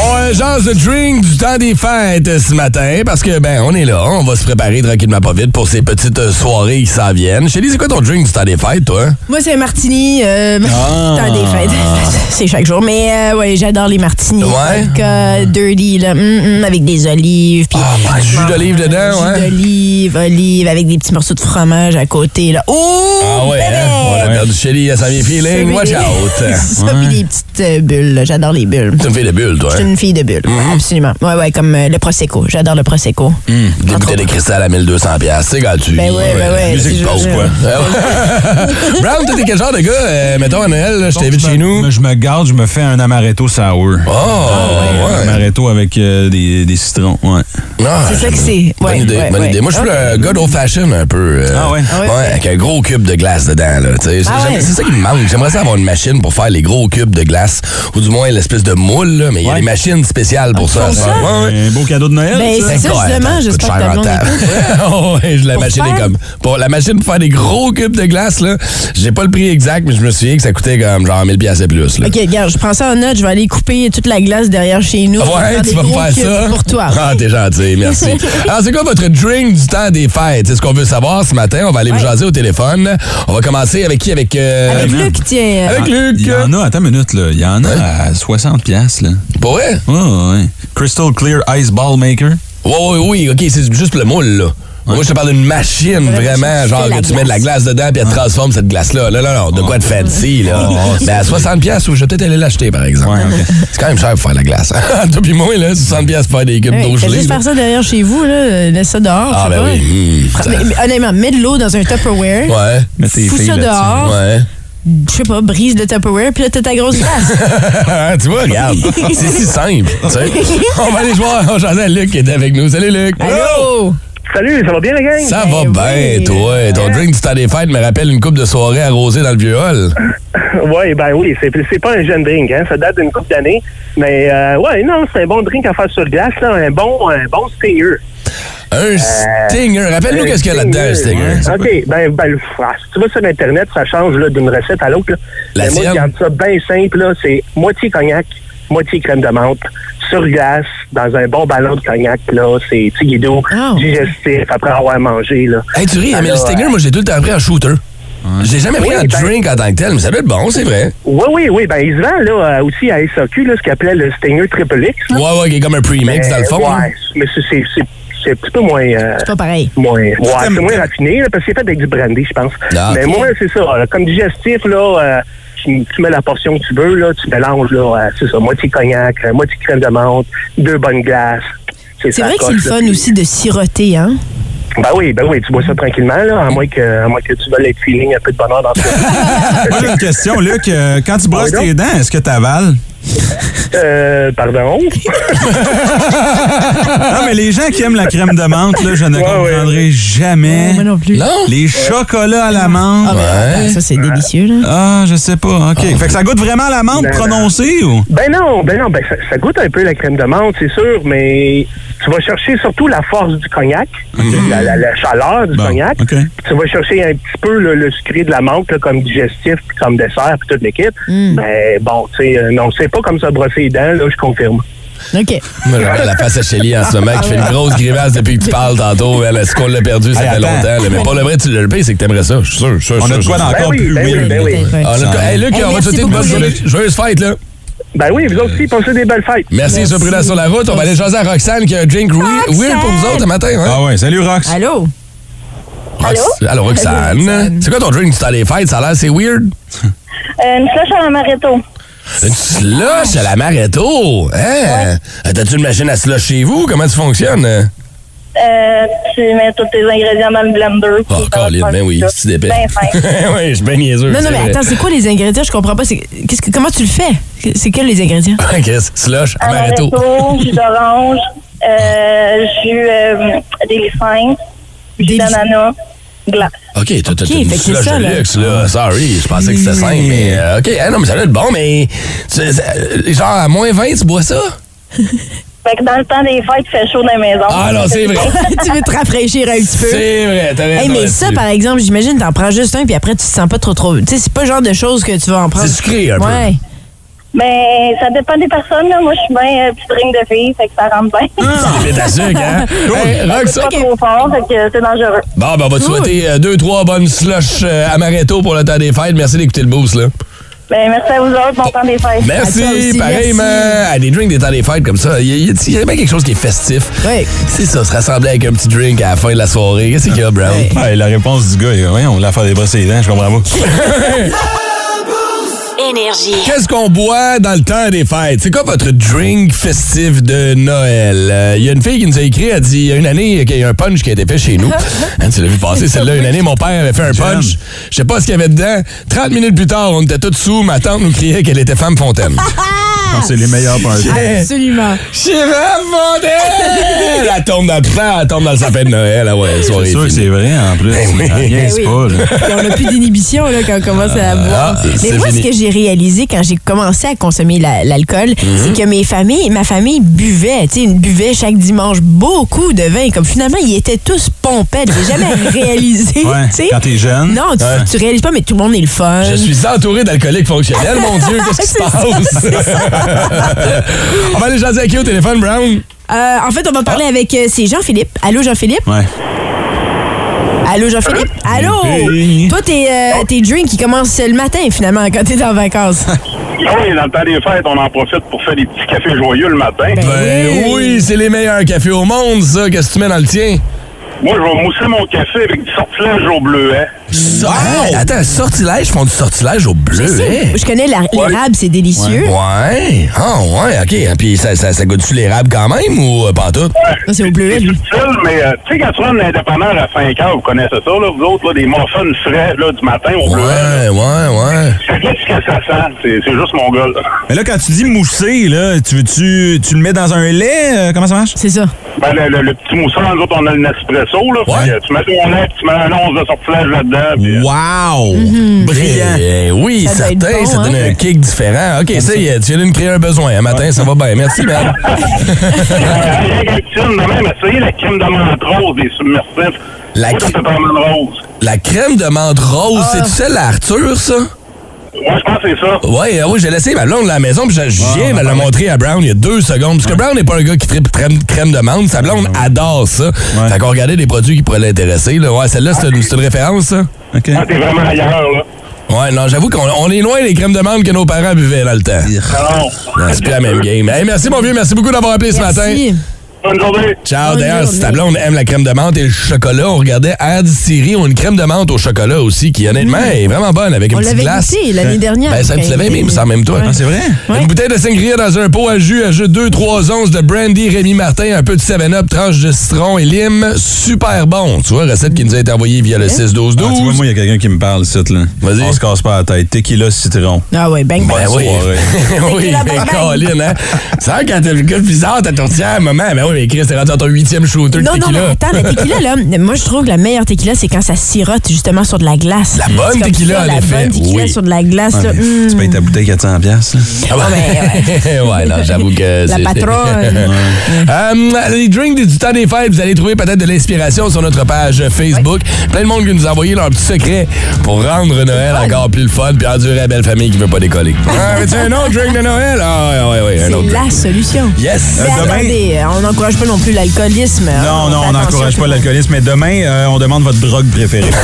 Speaker 1: On genre de drink du temps des fêtes euh, ce matin parce que ben on est là, on va se préparer tranquillement pas vite pour ces petites euh, soirées qui s'en viennent. Chélie, c'est quoi ton drink du temps des fêtes, toi?
Speaker 4: Moi, c'est un martini. Euh,
Speaker 1: Ah.
Speaker 4: Temps des fêtes. C'est chaque jour. Mais euh, ouais, j'adore les martinis.
Speaker 1: Ouais. Mm-hmm.
Speaker 4: Avec, euh, dirty, là. Hum, hum, avec des olives. Puis
Speaker 1: Ah, du jus d'olive dedans,
Speaker 4: Oh Jus
Speaker 1: ouais.
Speaker 4: d'olive, olive, avec des petits morceaux de fromage à côté, là. Oh!
Speaker 1: Ah ouais, hein? on a perdu Chélie, ça vient feeling, watch out.
Speaker 4: Ça, puis des petites euh, bulles, là. J'adore les bulles.
Speaker 1: Tu me fais des bulles, toi. hein?
Speaker 4: Je suis une fille de bulles, ouais,
Speaker 1: Mm-hmm.
Speaker 4: absolument. Ouais, ouais, comme euh, le Prosecco. J'adore le Prosecco.
Speaker 1: Mm. Des bouteilles de cristal à 1200 pièces, c'est gratuit.
Speaker 4: Ben ouais, ben ouais,
Speaker 1: Musique
Speaker 4: c'est
Speaker 1: pause,
Speaker 4: juste-
Speaker 1: quoi. Ah Brown, t'es quel genre de gars? euh, mettons à Noël, là, je t'invite
Speaker 4: ben,
Speaker 1: chez nous.
Speaker 5: Je me garde, je me fais un amaretto sour.
Speaker 4: ah,
Speaker 1: Oh,
Speaker 5: Un
Speaker 1: ouais.
Speaker 5: amaretto avec euh, des, des citrons, ouais.
Speaker 1: Ah,
Speaker 4: C'est ça que c'est.
Speaker 1: Bonne
Speaker 4: Ouais,
Speaker 1: idée,
Speaker 4: ouais,
Speaker 1: bonne
Speaker 4: ouais.
Speaker 1: idée. Moi, je suis le gars d'old fashion un peu. euh,
Speaker 5: Ah ouais?
Speaker 4: Ah ouais? Ah
Speaker 1: avec un gros cube de glace dedans. là, tu sais. C'est j'aime- c'est ça qui me manque. J'aimerais ça avoir une machine pour faire les gros cubes de glace, ou du moins l'espèce de moule, là, mais il y a
Speaker 5: Ouais.
Speaker 1: des machines spéciales
Speaker 4: Ah,
Speaker 1: pour ça. Ouais, ouais.
Speaker 5: Un Euh, beau cadeau de Noël.
Speaker 4: Ben,
Speaker 5: ça.
Speaker 4: c'est ça,
Speaker 1: Incroyable.
Speaker 4: justement,
Speaker 1: Coûte
Speaker 4: j'espère que
Speaker 1: cher
Speaker 4: ta blonde
Speaker 1: rentable. Oh, ouais, je- la machine est
Speaker 4: faire-
Speaker 1: comme. Pour la machine pour faire des gros cubes de glace, là, j'ai pas le prix exact, mais je me souviens que ça coûtait comme genre 1000 pièces et plus. Là.
Speaker 4: OK, regarde, je prends ça en note, je vais aller couper toute la glace derrière chez nous. pour
Speaker 1: Ah Ouais,
Speaker 4: faire
Speaker 1: tu
Speaker 4: des
Speaker 1: vas me
Speaker 4: gros
Speaker 1: faire
Speaker 4: cubes
Speaker 1: ça.
Speaker 4: Pour toi.
Speaker 1: Ah, t'es gentil, merci. Alors, c'est quoi votre drink du temps des fêtes? C'est ce qu'on veut savoir ce matin. On va aller vous jaser au téléphone. On va commencer avec qui? Avec, euh,
Speaker 4: Avec
Speaker 5: man.
Speaker 4: Luc, tiens. euh,
Speaker 1: avec Luc.
Speaker 5: Ah, Il y en a, attends une minute, là. Il y en a à 60 piastres, là.
Speaker 1: Pour vrai?
Speaker 5: Ouais, ouais. Crystal Clear Ice Ball Maker.
Speaker 1: Oui, oui, oui, OK, c'est juste le moule, là. Moi, je te parle d'une machine, vraiment,
Speaker 4: tu
Speaker 1: genre
Speaker 4: fais
Speaker 1: que
Speaker 4: la
Speaker 1: tu mets de la glace dedans puis elle transforme cette glace-là. Non, non, non, de quoi de fancy, là. Mais à 60 pièces, je vais peut-être aller l'acheter, par exemple.
Speaker 5: Ouais, OK.
Speaker 1: C'est quand même cher pour faire de la glace. hein? Toi puis moi, là, 60 pièces pour faire des cubes
Speaker 4: Ouais,
Speaker 1: d'eau
Speaker 4: fais
Speaker 1: gelée.
Speaker 4: juste
Speaker 1: là.
Speaker 4: faire ça derrière chez vous, là. Laisse ça dehors.
Speaker 1: Ah,
Speaker 4: je sais
Speaker 1: ben
Speaker 4: pas.
Speaker 1: oui. hmm,
Speaker 4: Mais- mais honnêtement, mets de l'eau dans un Tupperware.
Speaker 1: Ouais.
Speaker 5: Mets tes
Speaker 4: Fous
Speaker 5: filles
Speaker 4: ça
Speaker 5: là-dessus.
Speaker 4: dehors.
Speaker 1: Ouais.
Speaker 4: Je sais pas, brise le Tupperware, puis là, t'as ta grosse glace.
Speaker 1: Ah, tu vois, regarde. C'est si simple. tu sais. On va aller voir. On jaser à Luc qui est avec nous. Salut, Luc. Oh!
Speaker 4: Allô?
Speaker 8: Salut, ça va bien, les gang?
Speaker 1: Ça va bien,
Speaker 4: Ben oui.
Speaker 1: toi. Ton drink du temps des fêtes me rappelle une coupe de soirée arrosée dans le vieux hall.
Speaker 8: Oui, ben oui, c'est c'est pas un jeune drink, hein. Ça date d'une couple d'années. Mais, euh, ouais, non, c'est un bon drink à faire sur glace, là. Un bon, un bon stinger.
Speaker 1: Un stinger. Rappelle-nous
Speaker 8: Un
Speaker 1: qu'est-ce qu'il y a là-dedans, un stinger.
Speaker 8: OK, ben, ben, le- ah, si tu vas sur Internet, ça change, là, d'une recette à l'autre, là.
Speaker 1: La
Speaker 8: Mais moi,
Speaker 1: tienne?
Speaker 8: je garde ça bien simple, là. C'est moitié cognac, moitié crème de menthe, sur glace, dans un bon ballon de cognac, là. C'est, tu sais, il est doux,
Speaker 4: Ah, ouais.
Speaker 8: digestif, après avoir mangé, là.
Speaker 1: Hey, tu ris, hein, mais le
Speaker 8: Alors, euh,
Speaker 1: stinger, moi, j'ai tout le temps pris en shooter. J'ai jamais pris
Speaker 8: Oui,
Speaker 1: un
Speaker 8: ben-
Speaker 1: drink en tant que tel, mais ça doit être bon, c'est vrai.
Speaker 8: Oui, oui, oui. Ben, il se vend, là, euh, aussi à SAQ, là, ce qu'ils appelait le stinger triple X,
Speaker 1: Ouais, ouais, qui est comme un premix dans le fond.
Speaker 8: Ben,
Speaker 1: hein.
Speaker 8: Ouais, mais c'est- c'est- c'est c'est un petit peu moins. euh,
Speaker 4: C'est pas pareil.
Speaker 8: moins ouais,
Speaker 5: t'aimes-
Speaker 8: c'est moins raffiné, là, parce que c'est fait avec du brandy, je pense.
Speaker 1: Ah,
Speaker 8: mais
Speaker 1: ok.
Speaker 8: moi, c'est ça. là, comme digestif, là, euh, tu, tu mets la portion que tu veux, là, tu mélanges, là, euh, c'est ça, moitié cognac, euh, moitié crème de menthe, deux bonnes glaces.
Speaker 4: C'est
Speaker 8: ça,
Speaker 4: vrai que c'est le
Speaker 8: coche, là,
Speaker 4: fun
Speaker 8: puis-
Speaker 4: aussi de siroter, hein?
Speaker 8: Ben oui, ben oui, tu bois ça tranquillement, là, à moins que, à moins que tu veuilles être feeling un peu de bonheur dans ce
Speaker 5: Moi, j'ai une question, Luc. Euh, quand tu brosses
Speaker 8: Pardon?
Speaker 5: tes dents, est-ce que t'avales?
Speaker 8: euh, Pardon?
Speaker 5: Non, mais les gens qui aiment la crème de menthe, là, je ne
Speaker 8: Ouais,
Speaker 5: comprendrai jamais.
Speaker 4: Moi non plus.
Speaker 1: Non?
Speaker 5: Les chocolats à la menthe.
Speaker 4: Ah, ben,
Speaker 1: Ouais.
Speaker 4: attends, ça, c'est délicieux, là.
Speaker 5: Ah, je sais pas. OK. Fait que ça goûte vraiment à la menthe
Speaker 8: Ben,
Speaker 5: prononcée ou?
Speaker 8: Ben non, ben non, ben ça, ça goûte un peu la crème de menthe, c'est sûr, mais tu vas chercher surtout la force du cognac, la, la- la chaleur du
Speaker 5: Mhm. Bon,
Speaker 8: cognac.
Speaker 5: OK.
Speaker 8: Tu vas chercher un petit peu le, le sucré de la menthe là, comme digestif, puis comme dessert, puis toute l'équipe. Mais bon, tu sais, euh, non, c'est pas comme ça brosser les dents, là, je confirme.
Speaker 4: OK.
Speaker 1: Moi, je regarde la face à Shelly en ce moment qui fait une grosse grimace depuis que tu parles tantôt. Elle, est-ce qu'on l'a perdu? Ça
Speaker 5: Hey,
Speaker 1: fait
Speaker 5: attends.
Speaker 1: longtemps. là. Mais pas le vrai, tu l'as le payé, c'est que t'aimerais ça. Je suis sûr, je suis sûr.
Speaker 5: On
Speaker 1: je
Speaker 5: a de
Speaker 1: suis sûr.
Speaker 5: quoi d'encore
Speaker 8: Ben oui,
Speaker 5: plus
Speaker 8: ben oui,
Speaker 5: weird.
Speaker 8: ben oui.
Speaker 4: Peut-être, ouais.
Speaker 1: Ah, en tout cas, hey, Luc,
Speaker 4: Hey,
Speaker 1: on va te
Speaker 4: merci
Speaker 1: souhaiter une bonne
Speaker 4: beaucoup,
Speaker 1: journée.
Speaker 4: Luc.
Speaker 1: Joyeuse fête, là.
Speaker 8: Ben oui, vous aussi,
Speaker 5: Euh,
Speaker 8: pensez des belles fêtes.
Speaker 1: Merci, ce prix-là sur la route. On va aller jaser à Roxane qui a un drink we- weird pour vous autres ce matin. hein?
Speaker 5: Ah ouais, salut Rox.
Speaker 4: Allô?
Speaker 1: Rox- Allô, Roxane. C'est quoi ton drink du temps des fêtes? Ça a l'air, c'est weird?
Speaker 9: Euh, une flèche à l'amaretto.
Speaker 1: Une slush à la maréto. Hein? T'as-tu une machine à slush chez vous? Comment tu fonctionnes?
Speaker 9: Euh, tu mets tous tes ingrédients dans le blender.
Speaker 1: Oh,
Speaker 9: puis ça va
Speaker 1: Colin,
Speaker 9: faire
Speaker 1: ben oui,
Speaker 9: ça.
Speaker 1: c'est dépêche.
Speaker 9: Ben, fin.
Speaker 1: oui, je suis bien niaiseux.
Speaker 4: Non, non,
Speaker 1: c'est
Speaker 4: mais
Speaker 1: vrai.
Speaker 4: attends, c'est quoi les ingrédients? Je comprends pas. C'est- qu'est-ce que- comment tu le fais? C'est quels les ingrédients?
Speaker 1: Qu'est-ce? Slush, amaretto.
Speaker 9: Amaretto, jus d'orange, euh, jus euh, des licences,
Speaker 4: Des
Speaker 9: jus
Speaker 4: lic-
Speaker 9: d'ananas, glace.
Speaker 1: OK, t'as t'as-
Speaker 4: Ok,
Speaker 1: t'as une
Speaker 4: fait que c'est
Speaker 1: slush
Speaker 4: ça,
Speaker 1: de
Speaker 4: là.
Speaker 1: luxe, là. Sorry, je pensais que c'était simple, mais euh, OK. Ah non, mais ça doit être bon, mais tu- ça- genre à moins 20, tu bois ça?
Speaker 9: Fait que dans le temps des fêtes, il fait chaud dans la maison.
Speaker 1: Ah non, c'est vrai.
Speaker 4: tu veux te rafraîchir un petit peu?
Speaker 1: C'est vrai, t'as raison.
Speaker 4: Hey, mais ça,
Speaker 1: là-dessus.
Speaker 4: par exemple, j'imagine, t'en prends juste un, puis après, tu te sens pas trop trop. Tu sais, c'est pas le genre de choses que tu vas en prendre.
Speaker 1: C'est sucré, un peu.
Speaker 4: Ouais.
Speaker 9: Ben, ça dépend des personnes. Là. Moi, je suis bien euh, petite ring de fille, fait que ça rentre bien.
Speaker 1: C'est de la sucre, hein? Hey,
Speaker 10: Ah,
Speaker 9: C'est
Speaker 1: Roxane.
Speaker 9: pas trop fort, fait que c'est dangereux.
Speaker 1: Bon, ben, on va te souhaiter euh, deux, trois bonnes slush euh, amaretto pour le temps des fêtes. Merci d'écouter le boost, là.
Speaker 9: Ben, merci à vous autres. Bon temps des fêtes.
Speaker 1: Merci,
Speaker 4: À toi aussi,
Speaker 1: pareillement.
Speaker 4: merci.
Speaker 1: À des drinks des temps des fêtes comme ça, il y, a- il y a- il y a bien quelque chose qui est festif.
Speaker 4: Ouais.
Speaker 1: C'est ça, se rassembler avec un petit drink à la fin de la soirée. Qu'est-ce qu'il y a, Brown?
Speaker 5: Ouais, la réponse du gars, il- voyons, l'affaire des brosses et des dents, je comprends pas.
Speaker 6: Énergie.
Speaker 1: Qu'est-ce qu'on boit dans le temps des fêtes? C'est quoi votre drink festif de Noël? Euh, Il y a une fille qui nous a écrit, elle dit, il y a une année, qu'il y a un punch qui a été fait chez nous. Hein, tu l'as vu passer, celle-là, une année, mon père avait fait un punch. Je sais pas ce qu'il y avait dedans. 30 minutes plus tard, on était tous sous, ma tante nous criait qu'elle était femme fontaine.
Speaker 5: Ah, C'est les meilleurs parties.
Speaker 1: Eh.
Speaker 4: Absolument.
Speaker 1: Chirac Modèle! Elle tombe dans le temps, elle tombe dans le sapin de Noël. Ah ouais, soirée
Speaker 5: C'est sûr que
Speaker 1: finie.
Speaker 5: c'est vrai, en plus.
Speaker 1: Ben oui.
Speaker 5: Ah, niaise
Speaker 4: Ben oui.
Speaker 5: pas, là.
Speaker 4: Puis on n'a plus d'inhibition là, quand on commence à boire.
Speaker 1: Ah, c'est
Speaker 4: Mais moi, ce
Speaker 1: fini.
Speaker 4: que j'ai réalisé quand j'ai commencé à consommer la- l'alcool,
Speaker 1: Mhm.
Speaker 4: c'est que mes familles, ma famille buvait, tu sais, ils buvaient chaque dimanche beaucoup de vin. Comme finalement, ils étaient tous pompés. J'ai jamais réalisé,
Speaker 5: Ouais,
Speaker 4: tu sais.
Speaker 5: quand t'es jeune.
Speaker 4: Non, tu, tu réalises pas, mais tout le monde est le fun.
Speaker 1: Je suis entouré d'alcooliques fonctionnels, mon Dieu, qu'est-ce qui se
Speaker 4: C'est ça,
Speaker 1: passe? On va aller jaser avec qui au téléphone, Brown?
Speaker 4: Euh, en fait, on va
Speaker 1: Ah.
Speaker 4: parler avec euh, c'est Jean-Philippe. Allô, Jean-Philippe.
Speaker 5: Ouais.
Speaker 4: Allô, Jean-Philippe. Allô.
Speaker 5: Hey.
Speaker 4: Toi, tes euh, tes drinks, ils commencent le matin finalement quand t'es en vacances.
Speaker 5: Ah,
Speaker 8: Ah Oui, dans le temps des fêtes, on en profite pour faire des petits cafés joyeux le matin.
Speaker 1: Ben oui, c'est les meilleurs cafés au monde, ça. Qu'est-ce que tu mets dans le tien?
Speaker 8: Moi, je vais mousser mon café avec du sortilège au hein. bleuet.
Speaker 1: Sor- Hey, attends, un sortilège, ils font du sortilège au bleu, hein?
Speaker 4: Je connais la- l'érable, c'est délicieux.
Speaker 1: Ouais. Ah, ouais, OK. Hein, Puis ça, ça, ça goûte-tu l'érable quand même ou euh, pas en tout?
Speaker 4: Ça, C'est au bleuet.
Speaker 8: C'est
Speaker 4: lui.
Speaker 8: subtil, mais euh, tu sais, quand tu rentres indépendant à 5 heures, vous connaissez ça, là, vous autres, là, des morphines frais là, du matin au bleuet. là.
Speaker 1: Ouais, ouais, ouais.
Speaker 8: Qu'est-ce que ça sent? C'est c'est juste mon gars. là.
Speaker 5: Mais là, quand tu dis mousser, là, tu veux-tu tu le mets dans un lait? euh, comment ça marche?
Speaker 4: C'est ça.
Speaker 8: Ben, le, le- le petit moussant, nous autres, on a le Nespresso. Là,
Speaker 1: Ouais.
Speaker 8: Fait que tu mets ton lait, puis tu mets un once de sortilège là-dedans. puis, euh,
Speaker 5: Wow! Brillant!
Speaker 1: Eh oui,
Speaker 4: Ça doit
Speaker 1: certain,
Speaker 4: être bon,
Speaker 1: ça donne
Speaker 4: hein?
Speaker 1: un kick différent. OK, ça, y est, tu viens de me créer un besoin. Un matin, ça va bien. Merci, Ben. man.
Speaker 8: Rien qu'un petit une de même, essayez la crème d'amande rose des submersifs.
Speaker 1: La
Speaker 8: Moi,
Speaker 1: cr-
Speaker 8: c'est amande rose.
Speaker 1: La crème de menthe rose, c'est-tu celle à Arthur, ça?
Speaker 8: Moi, je pense que c'est ça.
Speaker 1: Ouais, euh, oui, j'ai laissé ma blonde à la maison, puis je je viens de la montrer à Brown il y a deux secondes. Parce que Brown n'est pas un gars qui tripe crème, crème de menthe. Sa blonde adore ça. Fait qu'on regardait des produits qui pourraient l'intéresser. là. Ouais, celle-là, c'est une, c'est une référence, ça?
Speaker 5: OK.
Speaker 8: Ah, T'es vraiment ailleurs, là.
Speaker 1: Ouais, non, j'avoue qu'on on est loin des crèmes de menthe que nos parents buvaient dans le temps.
Speaker 5: Ah,
Speaker 8: Alors,
Speaker 1: Non, C'est plus la même game. Hey, merci, mon vieux. Merci beaucoup d'avoir appelé ce matin.
Speaker 4: Merci.
Speaker 8: bonne journée.
Speaker 1: Ciao,
Speaker 4: Bonne
Speaker 1: d'ailleurs, si
Speaker 4: journée.
Speaker 1: ta blonde aime la crème de menthe et le chocolat, on regardait Ad Siri ont une crème de menthe au chocolat aussi, qui honnêtement est vraiment bonne avec
Speaker 4: Mm. On
Speaker 1: une petite
Speaker 4: l'avait
Speaker 1: glace.
Speaker 4: goûté l'année dernière.
Speaker 1: Ben, ça, tu l'avais aimé, mais ça, en même toi.
Speaker 5: Ah, c'est vrai?
Speaker 4: Ouais.
Speaker 1: Une bouteille de sangria dans un pot à jus, à jus 2-3 onces de brandy, Rémi Martin, un peu de 7-Up, tranche de citron et lime. Super bon. Tu vois, recette qui nous a été envoyée via le
Speaker 5: Ah, tu vois,
Speaker 1: 6-12-12.
Speaker 5: moi, il y a quelqu'un qui me parle, ici, là.
Speaker 1: Vas-y.
Speaker 5: On se casse pas la tête. Tequila, citron.
Speaker 4: Ah ouais, bang, bang.
Speaker 1: Ben oui.
Speaker 5: soirée.
Speaker 1: oui,
Speaker 4: la
Speaker 1: ben
Speaker 4: bonne
Speaker 1: Colin, hein. C'est vrai, quand t'as le gars bizarre, t'as ton tiers maman. Ben oui, mais Chris, t'es rendu dans ton huitième shooter de
Speaker 4: Non, non, mais
Speaker 1: tequila.
Speaker 4: attends, la tequila, là, moi, je trouve que la meilleure tequila, c'est quand ça sirote justement sur de la glace.
Speaker 1: La
Speaker 4: C'est
Speaker 1: bonne
Speaker 4: comme
Speaker 1: tequila,
Speaker 4: ça,
Speaker 1: en
Speaker 4: La
Speaker 1: effet,
Speaker 4: bonne tequila
Speaker 1: oui.
Speaker 4: sur de la glace,
Speaker 5: Ah,
Speaker 4: là.
Speaker 5: mais
Speaker 4: hum.
Speaker 5: Tu payes ta bouteille 400$. piastres, là.
Speaker 1: Ah ouais. ouais. non, j'avoue que
Speaker 4: La
Speaker 1: c'est-
Speaker 4: patronne.
Speaker 1: Euh, les drinks du temps des fêtes, vous allez trouver peut-être de l'inspiration sur notre page Facebook. Plein de monde qui nous a envoyé leurs petits secrets pour rendre Noël encore plus le fun puis endurer la belle famille qui veut pas décoller. ah, mais tu un autre drink de Noël? Ah, ouais, ouais, ouais, un autre. Euh,
Speaker 4: C'est
Speaker 1: drink.
Speaker 4: la solution.
Speaker 1: Yes!
Speaker 4: Mais
Speaker 5: demain-
Speaker 4: attendez, on n'encourage pas non plus l'alcoolisme.
Speaker 5: Non, non, on n'encourage pas l'alcoolisme, mais demain, euh, on demande votre drogue préférée.
Speaker 1: Hey,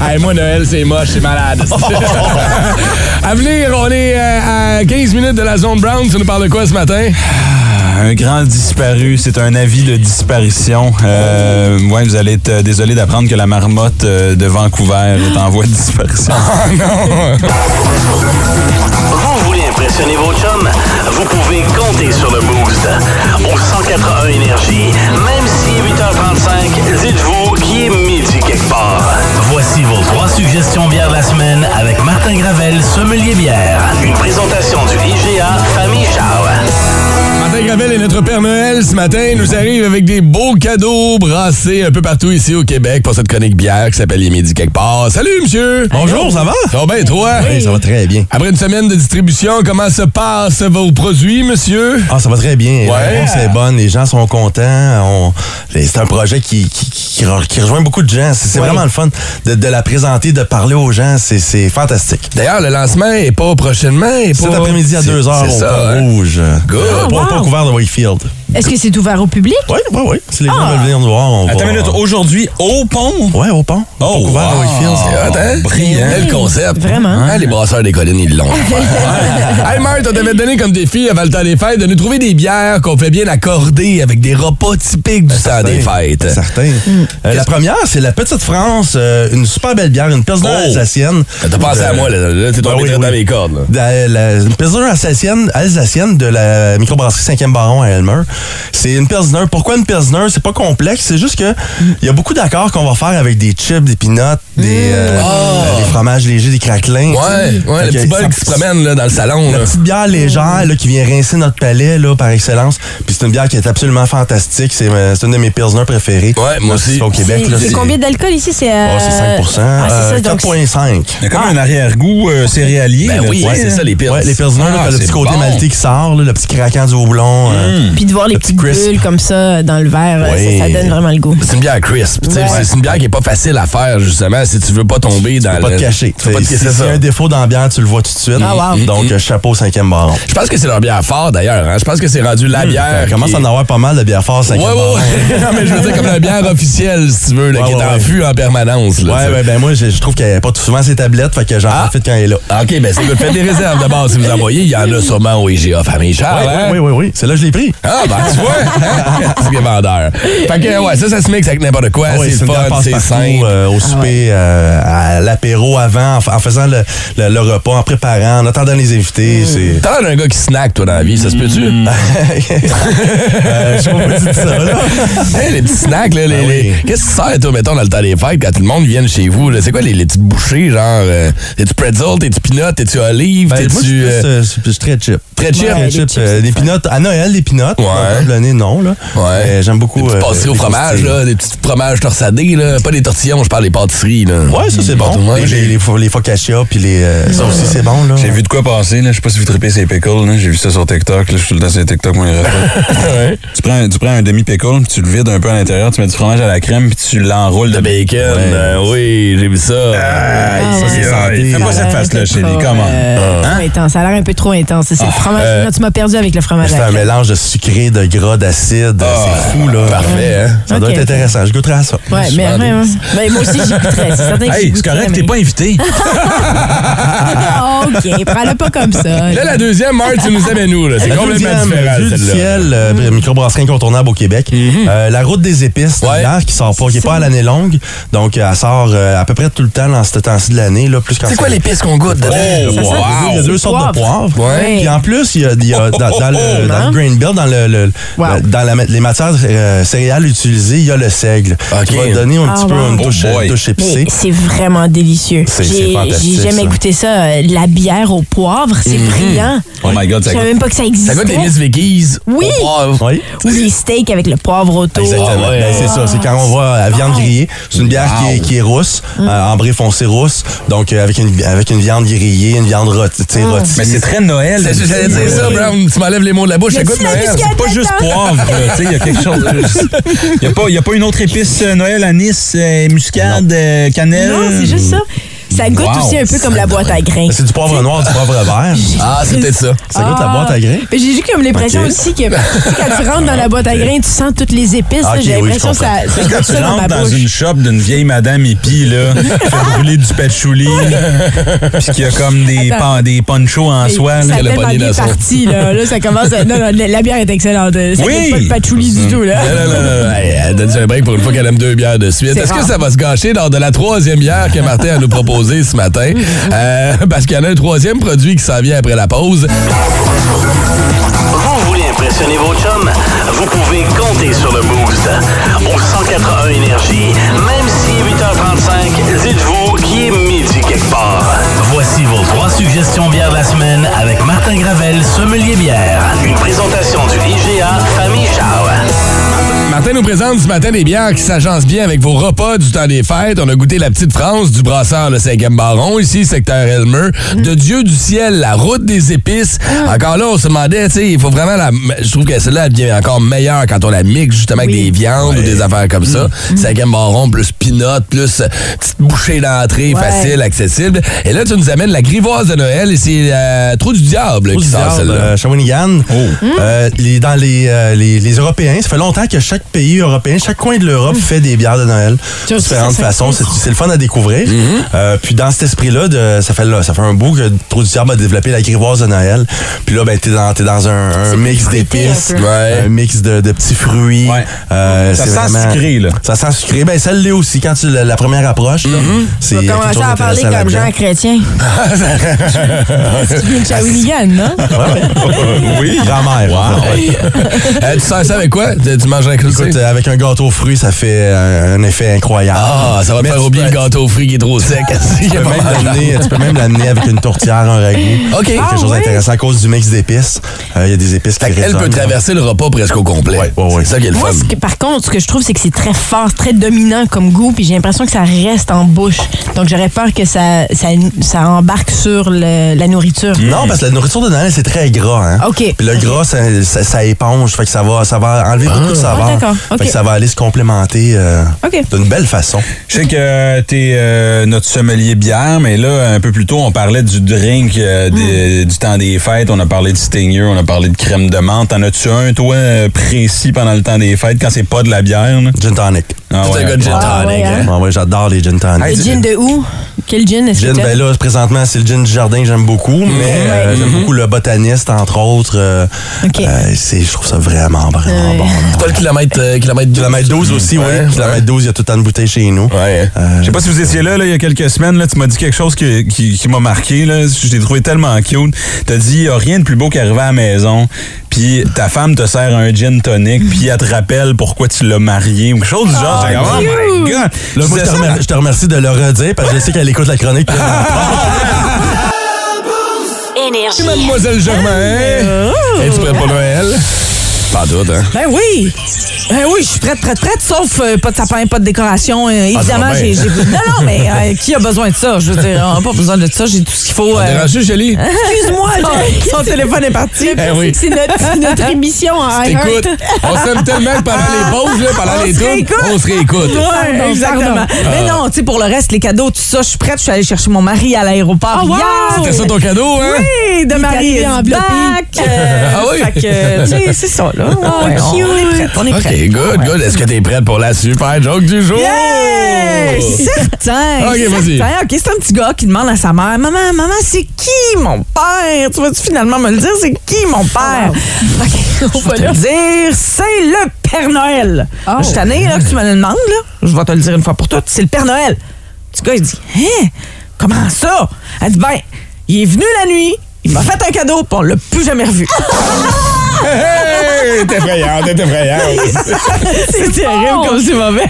Speaker 1: Ah, moi, Noël, c'est moche, c'est malade. à venir, on est euh, à 15 minutes de la zone Brown. Tu nous parles de quoi ce matin?
Speaker 5: un grand disparu, c'est un avis de disparition. Euh, ouais, vous allez être euh, désolé d'apprendre que la marmotte euh, de Vancouver est en voie de disparition.
Speaker 10: Ah,
Speaker 3: Vous voulez impressionner vos chums? Vous pouvez compter sur le Boost. Au 181 Énergie, même si 8h35, dites-vous qu'il est midi quelque part. Voici vos trois suggestions bières de la semaine avec Martin Gravel, Sommelier Bière. Une présentation du IGA Famille Charles.
Speaker 1: Martin Gravel et notre Père Noël ce matin nous arrive avec des beaux cadeaux brassés un peu partout ici au Québec pour cette chronique bière qui s'appelle Les Midi quelque part. Salut, monsieur!
Speaker 5: Bonjour, ça va?
Speaker 1: Ça va bien, toi?
Speaker 5: très bien.
Speaker 1: Après une semaine de distribution, comment se passent vos produits, monsieur?
Speaker 10: Ah, ça va très bien.
Speaker 1: Ouais.
Speaker 10: La réponse est bonne. Les gens sont contents. On- C'est un projet qui, qui, qui re- qui rejoint beaucoup de gens. C'est c'est vraiment le fun de, de la présenter, de parler aux gens. C'est- C'est fantastique.
Speaker 1: D'ailleurs, le lancement est pas prochainement. est
Speaker 10: Cet
Speaker 1: pas-
Speaker 10: après-midi à
Speaker 1: C'est-
Speaker 10: 2h
Speaker 1: c'est
Speaker 10: au
Speaker 1: ça,
Speaker 10: Pont
Speaker 1: hein?
Speaker 10: Rouge.
Speaker 1: Good.
Speaker 10: Euh, Pour
Speaker 4: Wow.
Speaker 10: le pont couvert de Wakefield.
Speaker 4: Est-ce que c'est ouvert au public?
Speaker 10: Oui, oui, oui. Si les gens veulent venir nous voir, on va.
Speaker 5: Attends une minute, aujourd'hui, au pont?
Speaker 10: Ouais, au pont.
Speaker 5: Oh,
Speaker 10: pont couvert de
Speaker 5: wow.
Speaker 10: Wakefield.
Speaker 1: C'est hot, hein?
Speaker 5: Brillant.
Speaker 1: Bel concept.
Speaker 4: Vraiment.
Speaker 1: Hein, les brasseurs des collines, ils l'ont. hey, Marthe, on t'avait donné comme défi avant le temps des fêtes de nous trouver des bières qu'on fait bien accorder avec des repas typiques du temps des fêtes.
Speaker 10: Ben, Certain. Euh, la première, c'est la Petite France, euh, une super belle bière, une pilsner
Speaker 1: Oh.
Speaker 10: alsacienne.
Speaker 1: T'as pensé à
Speaker 10: Euh,
Speaker 1: moi, là. là, T'es
Speaker 10: Ben
Speaker 1: tombé
Speaker 10: oui,
Speaker 1: direct dans
Speaker 10: oui.
Speaker 1: mes cordes, là.
Speaker 10: De la, la- une pilsner alsacienne, alsacienne de la microbrasserie 5e Baron à Elmer. C'est une pilsner. Pourquoi une pilsner? C'est pas complexe. C'est juste que il y a beaucoup d'accords qu'on va faire avec des chips, des peanuts, des, euh, euh, des fromages légers, des craquelins.
Speaker 1: Mmh. Ah! Ouais,
Speaker 10: Fait
Speaker 1: ouais, le
Speaker 10: que
Speaker 1: petit bol
Speaker 10: ça-
Speaker 1: qui se promène là, dans le salon.
Speaker 10: la
Speaker 1: là.
Speaker 10: petite bière légère là, qui vient rincer notre palais là, par excellence. Puis c'est une bière qui est absolument fantastique. C'est euh, c'est une de mes pilsners préférées.
Speaker 1: Ouais, moi aussi.
Speaker 10: Au Québec, Eh ben, là,
Speaker 4: C'est combien d'alcool ici? C'est euh,
Speaker 10: Ah, c'est 5
Speaker 4: Ah, c'est ça,
Speaker 10: euh,
Speaker 4: donc
Speaker 10: 4,5
Speaker 5: Il y a comme un arrière-goût euh, céréalier.
Speaker 1: Ben
Speaker 5: là,
Speaker 1: oui,
Speaker 5: ouais.
Speaker 1: c'est ça, les pires.
Speaker 10: Ouais, les pilsners, là,
Speaker 1: Ah,
Speaker 10: t'as le
Speaker 1: c'est
Speaker 10: petit côté
Speaker 1: bon.
Speaker 10: maltais qui sort, là, le petit craquant du houblon. euh,
Speaker 4: Puis de voir les
Speaker 10: Le petit
Speaker 4: petites
Speaker 10: crisp.
Speaker 4: bulles comme ça euh, dans le verre,
Speaker 10: Oui.
Speaker 4: ça, ça donne vraiment le goût.
Speaker 1: C'est une bière crisp. tu sais, C'est c'est une bière qui est pas facile à faire, justement, si tu veux pas tomber dans
Speaker 10: faut pas
Speaker 1: le-
Speaker 10: te cacher.
Speaker 1: Tu veux pas te
Speaker 10: C'est-
Speaker 1: cacher
Speaker 10: Si
Speaker 1: ça. Mm,
Speaker 10: c'est un défaut dans la bière, tu le vois tout de suite.
Speaker 4: Ah, wow.
Speaker 10: Donc, euh, chapeau cinquième baron.
Speaker 1: Je pense que c'est leur bière fort, d'ailleurs. hein. Je pense que c'est rendu la bière.
Speaker 10: Hmm. Ben, Ça commence
Speaker 1: qui-
Speaker 10: à en avoir pas mal de bières fortes
Speaker 1: Ouais,
Speaker 10: cinquième
Speaker 1: ouais,
Speaker 10: baron.
Speaker 1: ouais. Non, mais je veux dire, comme la bière officielle, si tu veux, là,
Speaker 10: Ouais,
Speaker 1: qui est
Speaker 10: ouais,
Speaker 1: en
Speaker 10: ouais.
Speaker 1: fût en permanence. là, tu
Speaker 10: Ouais,
Speaker 1: sais.
Speaker 10: ouais, ben moi, je je trouve qu'elle a pas tout souvent ses tablettes, fait que j'en
Speaker 1: Ah.
Speaker 10: profite quand elle est là.
Speaker 1: OK, ben, si vous faites des réserves d'abord, si vous envoyez, il y en a sûrement au IGA Famille Charles. hein?
Speaker 10: Oui, oui, oui. C'est là que je l'ai pris.
Speaker 1: Ah, ben, tu vois, hein? c'est des vendeurs. Fait que, ouais, ça, ça se mixe avec n'importe quoi.
Speaker 10: Ah oui,
Speaker 1: c'est
Speaker 10: une
Speaker 1: fun,
Speaker 10: grande passe
Speaker 1: c'est
Speaker 10: partout,
Speaker 1: simple.
Speaker 10: euh, au souper, euh, à l'apéro avant, en, fa- en faisant le, le- le repas, en préparant, en attendant les invités. C'est.
Speaker 1: T'as l'air d'un gars qui snack, toi, dans la vie, ça se peut-tu?
Speaker 10: Mm. Euh, je sais pas pourquoi tu dis ça, là.
Speaker 1: Hey, Hein, les petits snacks, là, les,
Speaker 10: Ben oui.
Speaker 1: les- qu'est-ce que ça sert, toi, mettons, dans le temps des fêtes, quand tout le monde vient chez vous? là? C'est quoi les, les petites bouchées, genre, euh, t'es-tu pretzel, t'es-tu peanut, t'es-tu olive,
Speaker 10: Ben, moi, je
Speaker 1: t'es-tu...
Speaker 10: suis plus,
Speaker 1: euh,
Speaker 10: euh, je suis- je suis très chip.
Speaker 1: Très chip?
Speaker 10: Ouais,
Speaker 1: Ouais,
Speaker 10: Très chip. euh, des pinottes. À Noël, des pinottes.
Speaker 1: Ouais.
Speaker 10: L'année, non, là.
Speaker 1: Ouais.
Speaker 10: Mais J'aime beaucoup.
Speaker 1: des petits
Speaker 10: euh,
Speaker 1: pâtisseries au
Speaker 10: les
Speaker 1: fromage,
Speaker 10: croustilles.
Speaker 1: là, des petits fromages torsadés, là. Pas des tortillons, je parle des pâtisseries, là.
Speaker 10: Ouais, ça, c'est bon.
Speaker 1: Ouais,
Speaker 10: Et
Speaker 1: j'ai-
Speaker 10: Les, les, fo- les focaccia, puis les. euh, ça aussi, c'est bon, là.
Speaker 5: J'ai vu de quoi passer, là. Je sais pas si vous tripez ces pickles, là. J'ai vu ça sur TikTok, là. Je suis tout le temps sur TikTok, moi, les restos. tu, prends, tu prends un demi-pickle, puis tu le vides un peu à l'intérieur, tu mets du fromage à la crème, puis tu l'enroules de
Speaker 1: Le bacon, euh, oui, j'ai vu ça. Ah,
Speaker 5: ça, c'est santé. Fais pas cette face-là,
Speaker 4: chez
Speaker 5: chérie. Comment?
Speaker 10: Ah.
Speaker 4: intense. Ça a l'air un peu trop intense. C'est le fromage.
Speaker 1: euh,
Speaker 4: Non, tu m'as perdu avec le fromage.
Speaker 10: C'est
Speaker 4: à la
Speaker 10: un
Speaker 4: crème.
Speaker 10: mélange de sucré, de gras, d'acide. c'est fou, là.
Speaker 1: Ah, Parfait, hein?
Speaker 10: Ça doit
Speaker 4: Ok,
Speaker 10: être
Speaker 4: ok.
Speaker 10: intéressant. Je goûterai à ça.
Speaker 4: Ouais, mais
Speaker 1: super
Speaker 4: ouais, ouais. Ben, moi aussi, j'y goûterais. C'est certain que j'y
Speaker 5: Hey, c'est
Speaker 4: goûterais,
Speaker 5: correct,
Speaker 4: mais-
Speaker 5: t'es pas invité.
Speaker 4: Ah, OK, prends-le pas comme ça.
Speaker 1: Là, la deuxième, Marc, tu nous amènes où, là? C'est
Speaker 10: La
Speaker 1: complètement
Speaker 10: deuxième,
Speaker 1: différent,
Speaker 10: Vue du
Speaker 1: celle-là. Mm-hmm.
Speaker 10: ciel, euh,
Speaker 4: Mm.
Speaker 10: microbrasserie incontournable au Québec. Euh, la route des épices,
Speaker 1: Ouais.
Speaker 10: la bière qui sort pas, qui est pas à l'année longue. Donc, euh, elle sort euh, à peu près tout le temps dans ce temps-ci de l'année. là, plus quand
Speaker 1: C'est quoi l'épice qu'on goûte? dedans?
Speaker 10: Oh,
Speaker 4: sent
Speaker 10: wow. Il y a deux
Speaker 4: du
Speaker 10: sortes de
Speaker 4: poivre.
Speaker 10: poivres.
Speaker 4: Ouais.
Speaker 10: Puis en plus, il y a, il y a dans, dans le, dans le
Speaker 4: Hein?
Speaker 10: grain bill, dans, le, le-
Speaker 4: Wow.
Speaker 10: la- dans la- les matières euh, céréales utilisées, il y a le seigle.
Speaker 1: Ok.
Speaker 10: Qui va donner un
Speaker 4: Ah,
Speaker 10: petit peu
Speaker 4: wow.
Speaker 10: une
Speaker 5: Oh
Speaker 10: touche,
Speaker 5: boy.
Speaker 10: une touche
Speaker 4: Mais
Speaker 10: épicée.
Speaker 4: c'est vraiment délicieux.
Speaker 10: C'est- c'est
Speaker 4: J'ai
Speaker 10: fantastique,
Speaker 4: j'ai jamais
Speaker 10: ça. Mm-hmm.
Speaker 4: goûté ça. Euh, La bière au poivre, c'est brillant.
Speaker 5: Oh my God,
Speaker 4: Je
Speaker 5: ça
Speaker 4: savais
Speaker 5: goûte.
Speaker 4: même pas que ça existait.
Speaker 1: Ça goûte les Miss Vickies.
Speaker 4: Oui.
Speaker 1: au poivre.
Speaker 10: Oui.
Speaker 4: Ou les steaks avec le poivre autour.
Speaker 10: Exactement.
Speaker 1: Ah ouais.
Speaker 10: Ben, c'est ça. C'est quand on voit la viande grillée. C'est une bière qui, est, qui est rousse, euh, ambrée foncée rousse. Donc, euh, avec, une, avec une viande grillée, une viande rôti- tu sais, rôtie.
Speaker 5: Mais c'est très Noël.
Speaker 1: C'est juste, j'allais dire ça, Brown. Tu m'enlèves les mots de la bouche. Ça
Speaker 4: Y a-tu
Speaker 1: goûte
Speaker 4: la
Speaker 1: Noël.
Speaker 4: biscuit?
Speaker 5: C'est pas juste poivre, là, tu sais, il y a quelque chose. Il n'y a, pas une autre épice euh, Noël, anis, euh, muscade, euh, cannelle.
Speaker 4: Non, c'est juste ça. Ça goûte
Speaker 5: Wow.
Speaker 4: aussi un peu comme la boîte à grains.
Speaker 10: C'est du poivre noir, du poivre vert.
Speaker 1: Ah, c'est peut-être ça.
Speaker 10: Ça goûte la boîte à grains.
Speaker 4: Mais J'ai eu comme l'impression
Speaker 10: Ok.
Speaker 4: aussi que tu sais, quand tu rentres dans la boîte à grains, tu sens toutes les épices. là.
Speaker 10: Ok,
Speaker 4: J'ai
Speaker 10: oui, je
Speaker 4: l'impression que ça,
Speaker 10: comprends.
Speaker 4: ça
Speaker 5: Quand
Speaker 4: goûte
Speaker 5: tu
Speaker 4: ça dans ma
Speaker 5: rentres dans
Speaker 4: bouche.
Speaker 5: une shop d'une vieille madame hippie, là, qui fait brûler du patchouli, puis qu'il y a comme des,
Speaker 4: Attends.
Speaker 5: pan- des ponchos en soie.
Speaker 4: ça
Speaker 5: là.
Speaker 4: a
Speaker 1: qu'elle a
Speaker 4: tellement
Speaker 1: pogné
Speaker 4: bien
Speaker 1: la sauce.
Speaker 4: parti, là. Là, ça commence à... Non, non, la la bière est excellente. Ça goûte
Speaker 5: Oui.
Speaker 4: pas de patchouli du tout, là.
Speaker 1: Non, non, non, non, non. Hey, elle donne un break pour une fois qu'elle aime deux bières de suite.
Speaker 4: C'est
Speaker 1: Est-ce que
Speaker 4: rare.
Speaker 1: ça va se gâcher lors de la troisième bière que Martin a nous proposée ce matin? Euh, parce qu'il y en a un troisième produit qui s'en vient après la pause.
Speaker 3: Vous voulez impressionner vos chums? Vous pouvez compter sur le boost. Au 181 Énergie, même si 8h35, dites-vous qu'il est midi quelque part. Voici vos trois suggestions bières de la semaine avec Martin Gravel, sommelier bière. Une présentation du IGA Famille Charles.
Speaker 1: Martin nous présente ce matin des bières qui s'agencent bien avec vos repas du temps des fêtes. On a goûté la petite France du brasseur le 5e baron, ici, secteur Elmer.
Speaker 4: Mm.
Speaker 1: De Dieu du ciel, la route des épices.
Speaker 4: Ah.
Speaker 1: Encore là, on se demandait, tu sais, il faut vraiment la. Je trouve que celle-là elle devient encore meilleure quand on la mixe justement avec des viandes ou des affaires comme ça.
Speaker 11: Mm-hmm.
Speaker 1: 5e baron, plus pinot, plus euh, petite bouchée d'entrée, facile, accessible. Et là, tu nous amènes la grivoise de Noël et c'est euh, Trou du Diable
Speaker 10: Au
Speaker 1: qui sort
Speaker 10: Diable,
Speaker 1: celle-là. Oh.
Speaker 10: euh, Shawinigan. Euh, les, dans les, euh, les, les Européens, ça fait longtemps que chaque pays
Speaker 11: pays européens, chaque coin de
Speaker 1: Mm.
Speaker 11: l'Europe fait des bières de Noël
Speaker 12: Tu
Speaker 11: de
Speaker 12: vois,
Speaker 11: différentes
Speaker 12: ça, ça
Speaker 11: façons. C'est c'est le fun à découvrir.
Speaker 5: Mm-hmm.
Speaker 11: Euh, puis dans cet esprit-là, de- ça fait là, ça fait un bout que Trou du Diable a développé la grivoise de Noël. Puis là, ben, t'es dans, t'es dans un, un mix d'épices,
Speaker 1: un peu. Ouais.
Speaker 11: un mix de, de petits fruits. Euh,
Speaker 5: Ça
Speaker 11: c'est
Speaker 5: sent
Speaker 11: vraiment-
Speaker 5: sucré, là.
Speaker 11: Ça sent sucré. Ben, ça l'est aussi quand tu la, la première approche. là.
Speaker 5: Mm-hmm.
Speaker 11: C'est
Speaker 12: On
Speaker 11: quelque
Speaker 12: va
Speaker 11: chose
Speaker 12: commencer à parler
Speaker 11: d'intéressant
Speaker 12: comme
Speaker 11: là-dedans.
Speaker 12: Jean Chrétien. C'est une Shawinigan, non?
Speaker 11: oui, grand-mère. en fait, ouais.
Speaker 1: Euh, tu sers ça avec quoi? Tu tu manges un croustillant?
Speaker 11: Écoute, euh, avec un gâteau aux fruits, ça fait euh, un, un effet incroyable.
Speaker 1: Ah, ça va te
Speaker 11: Mais
Speaker 1: faire
Speaker 11: tu
Speaker 1: oublier
Speaker 11: peux-
Speaker 1: le gâteau aux fruits qui est trop sec. Il y
Speaker 11: Tu
Speaker 1: a
Speaker 11: peux,
Speaker 1: pas
Speaker 11: même
Speaker 1: mal d'arbres.
Speaker 11: l'amener- tu peux même l'amener avec une tourtière, un ragoût.
Speaker 1: OK.
Speaker 11: C'est quelque
Speaker 12: Ah,
Speaker 11: chose d'intéressant à cause du mix d'épices. Euh, Il y a des épices qui
Speaker 1: Fait qu'elle
Speaker 11: résonnent.
Speaker 1: peut traverser le repas presque au complet.
Speaker 11: Ouais, ouais, ouais.
Speaker 1: C'est ça qui est le
Speaker 12: Moi,
Speaker 1: fun.
Speaker 12: ce que- par contre, ce que je trouve, c'est que c'est très fort, très dominant comme goût, puis j'ai l'impression que ça reste en bouche. Donc, j'aurais peur que ça, ça, ça embarque sur le- la nourriture.
Speaker 11: Non, parce que la nourriture de Noël, c'est très gras. Hein?
Speaker 12: OK.
Speaker 11: Puis le gras, ça, ça- ça éponge. Fait que ça va, ça va enlever beaucoup de saveur.
Speaker 12: Ah, d'accord.
Speaker 11: Fait
Speaker 12: OK.
Speaker 11: que ça va aller se complémenter euh,
Speaker 12: OK.
Speaker 11: d'une belle façon.
Speaker 5: Je sais que euh, t'es euh, notre sommelier bière, mais là, un peu plus tôt, on parlait du drink euh,
Speaker 1: Hmm.
Speaker 5: des- du temps des fêtes, on a parlé de Stinger, on a parlé de crème de menthe. T'en as-tu un, toi, euh, précis pendant le temps des fêtes, quand c'est pas de la bière? Là?
Speaker 11: Gin tonic.
Speaker 5: Ah
Speaker 1: C'est un
Speaker 5: ouais,
Speaker 1: gars de
Speaker 5: ok.
Speaker 1: gin
Speaker 12: Ah,
Speaker 1: tonic,
Speaker 12: ouais,
Speaker 1: hein?
Speaker 12: hein?
Speaker 11: Ah ouais, j'adore les gin tonic.
Speaker 12: Le gin de où? Quel gin est-ce que
Speaker 11: Gin,
Speaker 12: t'aimes?
Speaker 11: ben là, présentement, c'est le gin du jardin que j'aime beaucoup,
Speaker 5: Hmm.
Speaker 11: mais euh, j'aime beaucoup le botaniste, entre autres. euh,
Speaker 12: OK.
Speaker 11: euh, c'est- je trouve ça vraiment, vraiment
Speaker 12: Ouais.
Speaker 11: bon.
Speaker 1: C'est pas le kilomètre, euh, kilomètre,
Speaker 11: Kilomètre 12 aussi, oui.
Speaker 1: Ouais,
Speaker 11: Kilomètre 12, il y a tout le temps de bouteilles chez nous.
Speaker 1: Ouais.
Speaker 11: Euh,
Speaker 5: Je sais pas si vous étiez là, là, il y a quelques semaines, là, tu m'as dit quelque chose qui, qui, qui m'a marqué. Là. Je t'ai trouvé tellement cute. T'as dit, y a rien de plus beau qu'arriver à la maison, puis ta femme te sert un gin tonic, puis elle te rappelle pourquoi tu l'as marié ou quelque chose du genre. J'ai comme, Oh, my God!
Speaker 11: Ah, Là,
Speaker 5: Je
Speaker 11: moi,
Speaker 5: disais
Speaker 11: je, te
Speaker 5: ça,
Speaker 11: remer- je te remercie de le redire parce que je sais qu'elle écoute la chronique.
Speaker 6: Énergie.
Speaker 1: Mademoiselle Germain!
Speaker 11: Ah!
Speaker 1: Es-tu prête pour Noël? Pas doute, hein?
Speaker 4: Ben oui! Ben oui, je suis prête, prête, prête, sauf euh, pas de sapin, pas de décoration. euh, évidemment,
Speaker 1: ben.
Speaker 4: j'ai, j'ai- Non, non, mais euh, qui a besoin de ça? Je veux dire, on n'a pas besoin de ça, j'ai tout ce qu'il faut. euh,
Speaker 1: Dérange-tu, Jolie?
Speaker 11: Ah,
Speaker 4: Excuse-moi, j'ai- son téléphone est parti.
Speaker 1: Eh oui.
Speaker 13: C'est notre, c'est notre émission
Speaker 4: hein.
Speaker 13: en
Speaker 1: Écoute, on s'aime tellement que pendant les pauses, là, pendant
Speaker 4: On
Speaker 1: les
Speaker 4: se
Speaker 1: tours,
Speaker 4: réécoute.
Speaker 1: on se réécoute.
Speaker 4: Ouais, exactement. Mais non, tu sais, pour le reste, les cadeaux, tout ça, je suis prête. Je suis allée chercher mon mari à l'aéroport
Speaker 12: Oh, wow!
Speaker 4: hier.
Speaker 1: C'était ça ton cadeau, hein?
Speaker 4: Oui, de Marie
Speaker 12: arrivé
Speaker 4: is
Speaker 12: enveloppé.
Speaker 4: back. euh,
Speaker 1: Ah oui?
Speaker 4: Fait que, tu sais, c'est ça, là.
Speaker 12: Oh,
Speaker 4: Ouais, on, on est prête, on est prête.
Speaker 1: OK, good, good. Est-ce que t'es prête pour la super joke du jour?
Speaker 4: Hey, certain!
Speaker 1: Oh. Ok, vas-y.
Speaker 4: certain. Ok, c'est un petit gars qui demande à sa mère Maman, maman, c'est qui mon père? Tu vas-tu finalement me le dire? C'est qui mon père? Ok, je vais te le dire, c'est le Père Noël.
Speaker 12: Oh.
Speaker 4: Là, Je suis tannée, là, que tu me le demandes, là. Je vais te le dire une fois pour toutes. C'est le Père Noël. Le petit gars, il dit Hein? Comment ça? Elle dit Ben, il est venu la nuit, il m'a fait un cadeau, puis on l'a plus jamais revu.
Speaker 12: Ah,
Speaker 1: Hey, t'es effrayante, t'es effrayante.
Speaker 4: c'est terrible comme c'est mauvais.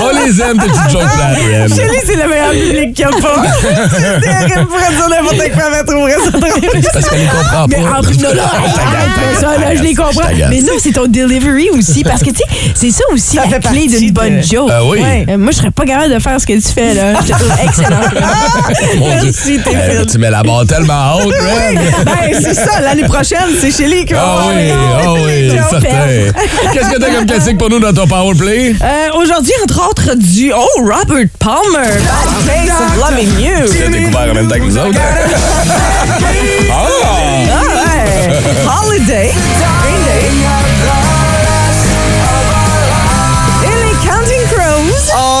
Speaker 1: On les aime, tes petites jokes plates, Ren.
Speaker 4: Chélie, c'est le meilleur public qu'il n'y a pas. C'est terrible pour dire n'importe quoi, mais elle trouverait ça drôle.
Speaker 1: Parce qu'elle les comprend
Speaker 4: Mais
Speaker 1: pas.
Speaker 4: en plus, non, non,
Speaker 12: Ah, ça, là, je les comprends.
Speaker 1: t'agace.
Speaker 12: Mais non, c'est ton delivery aussi. Parce que, tu sais, c'est ça aussi la
Speaker 4: fait
Speaker 12: clé
Speaker 4: partie
Speaker 12: d'une
Speaker 4: de-
Speaker 12: bonne joke.
Speaker 1: Ah oui.
Speaker 12: Ouais. Euh, moi, je serais pas capable de faire ce que tu fais, là. Je te trouve excellent.
Speaker 1: Ah Mon Dieu.
Speaker 4: Merci, t'es
Speaker 1: Euh,
Speaker 4: fine.
Speaker 1: Tu mets la barre tellement haute,
Speaker 12: Ah
Speaker 1: Ren.
Speaker 4: Ben, c'est ça, l'année prochaine, c'est Chélie qui va
Speaker 1: Ah oui,
Speaker 4: faire les-
Speaker 1: ah oui,
Speaker 4: les jokes.
Speaker 1: certain. Qu'est-ce que t'as comme classique pour nous dans ton powerplay?
Speaker 4: Euh, Aujourd'hui, entre autres, du. Oh, Robert Palmer. Bad Face of Loving You.
Speaker 1: Tu l'as découvert en même temps que nous autres. Ah!
Speaker 4: Ah ouais. Holiday. Green Day. Et les Counting Crows.
Speaker 1: Oh.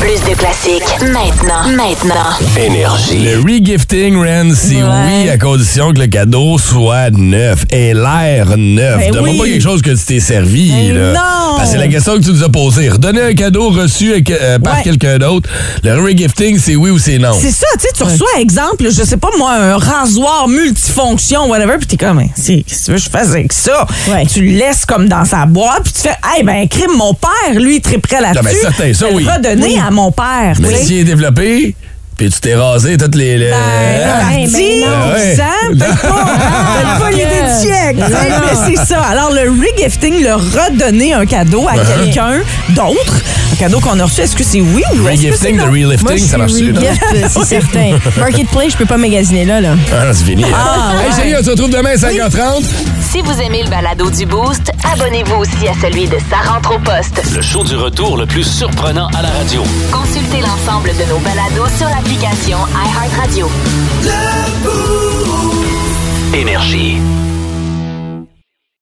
Speaker 6: Plus de classiques. Maintenant. Maintenant.
Speaker 3: Énergie.
Speaker 1: Le regifting, Ren, si oui, à condition que le cadeau soit neuf. Et l'air neuf.
Speaker 4: Ben
Speaker 1: Demande
Speaker 4: oui. Ben
Speaker 1: pas quelque chose que tu t'es servi. là.
Speaker 4: non.
Speaker 1: Parce que c'est la question que tu nous as posée. Redonner un cadeau reçu à que- euh, par
Speaker 4: Ouais.
Speaker 1: quelqu'un d'autre, le regifting, c'est oui ou c'est non.
Speaker 4: C'est ça, tu sais, tu reçois exemple, je sais pas moi, un rasoir multifonction, whatever, puis t'es comme, Hein, c'est- qu'est-ce que tu veux que je fasse avec ça?
Speaker 12: Ouais.
Speaker 4: Tu le laisses comme dans sa boîte, puis tu fais, hey, ben, crime, mon père, lui, il triperait là-dessus.
Speaker 1: Ah, ben, certain, ça,
Speaker 4: Je vais
Speaker 1: oui.
Speaker 4: le Redonner à mon père, tu
Speaker 1: Mais
Speaker 4: sais.
Speaker 1: s'il est développé, puis tu t'es rasé toutes les... les- Ah,
Speaker 4: Ben,
Speaker 13: ben,
Speaker 4: dis,
Speaker 1: non.
Speaker 4: dis ça, peut-être pas, peut-être pas l'idée de check, tu sais, mais c'est ça. Alors, le regifting, le redonner un cadeau à quelqu'un d'autre, un cadeau qu'on a reçu, est-ce que c'est oui ou est-ce que c'est
Speaker 1: Regifting,
Speaker 4: non?
Speaker 1: le
Speaker 12: Moi,
Speaker 1: relifting,
Speaker 12: je suis
Speaker 1: ça marche dessus.
Speaker 12: re-gift, c'est certain. Marketplace, je peux pas magasiner là, là.
Speaker 1: Ah, non, c'est fini. Hey, chérie, on se retrouve demain à 5h30.
Speaker 6: Si vous aimez le balado du Boost, abonnez-vous aussi à celui de Sa rentre au poste.
Speaker 3: Le show du retour le plus surprenant à la radio.
Speaker 6: Consultez l'ensemble de nos balados sur l'application iHeartRadio.
Speaker 3: Énergie.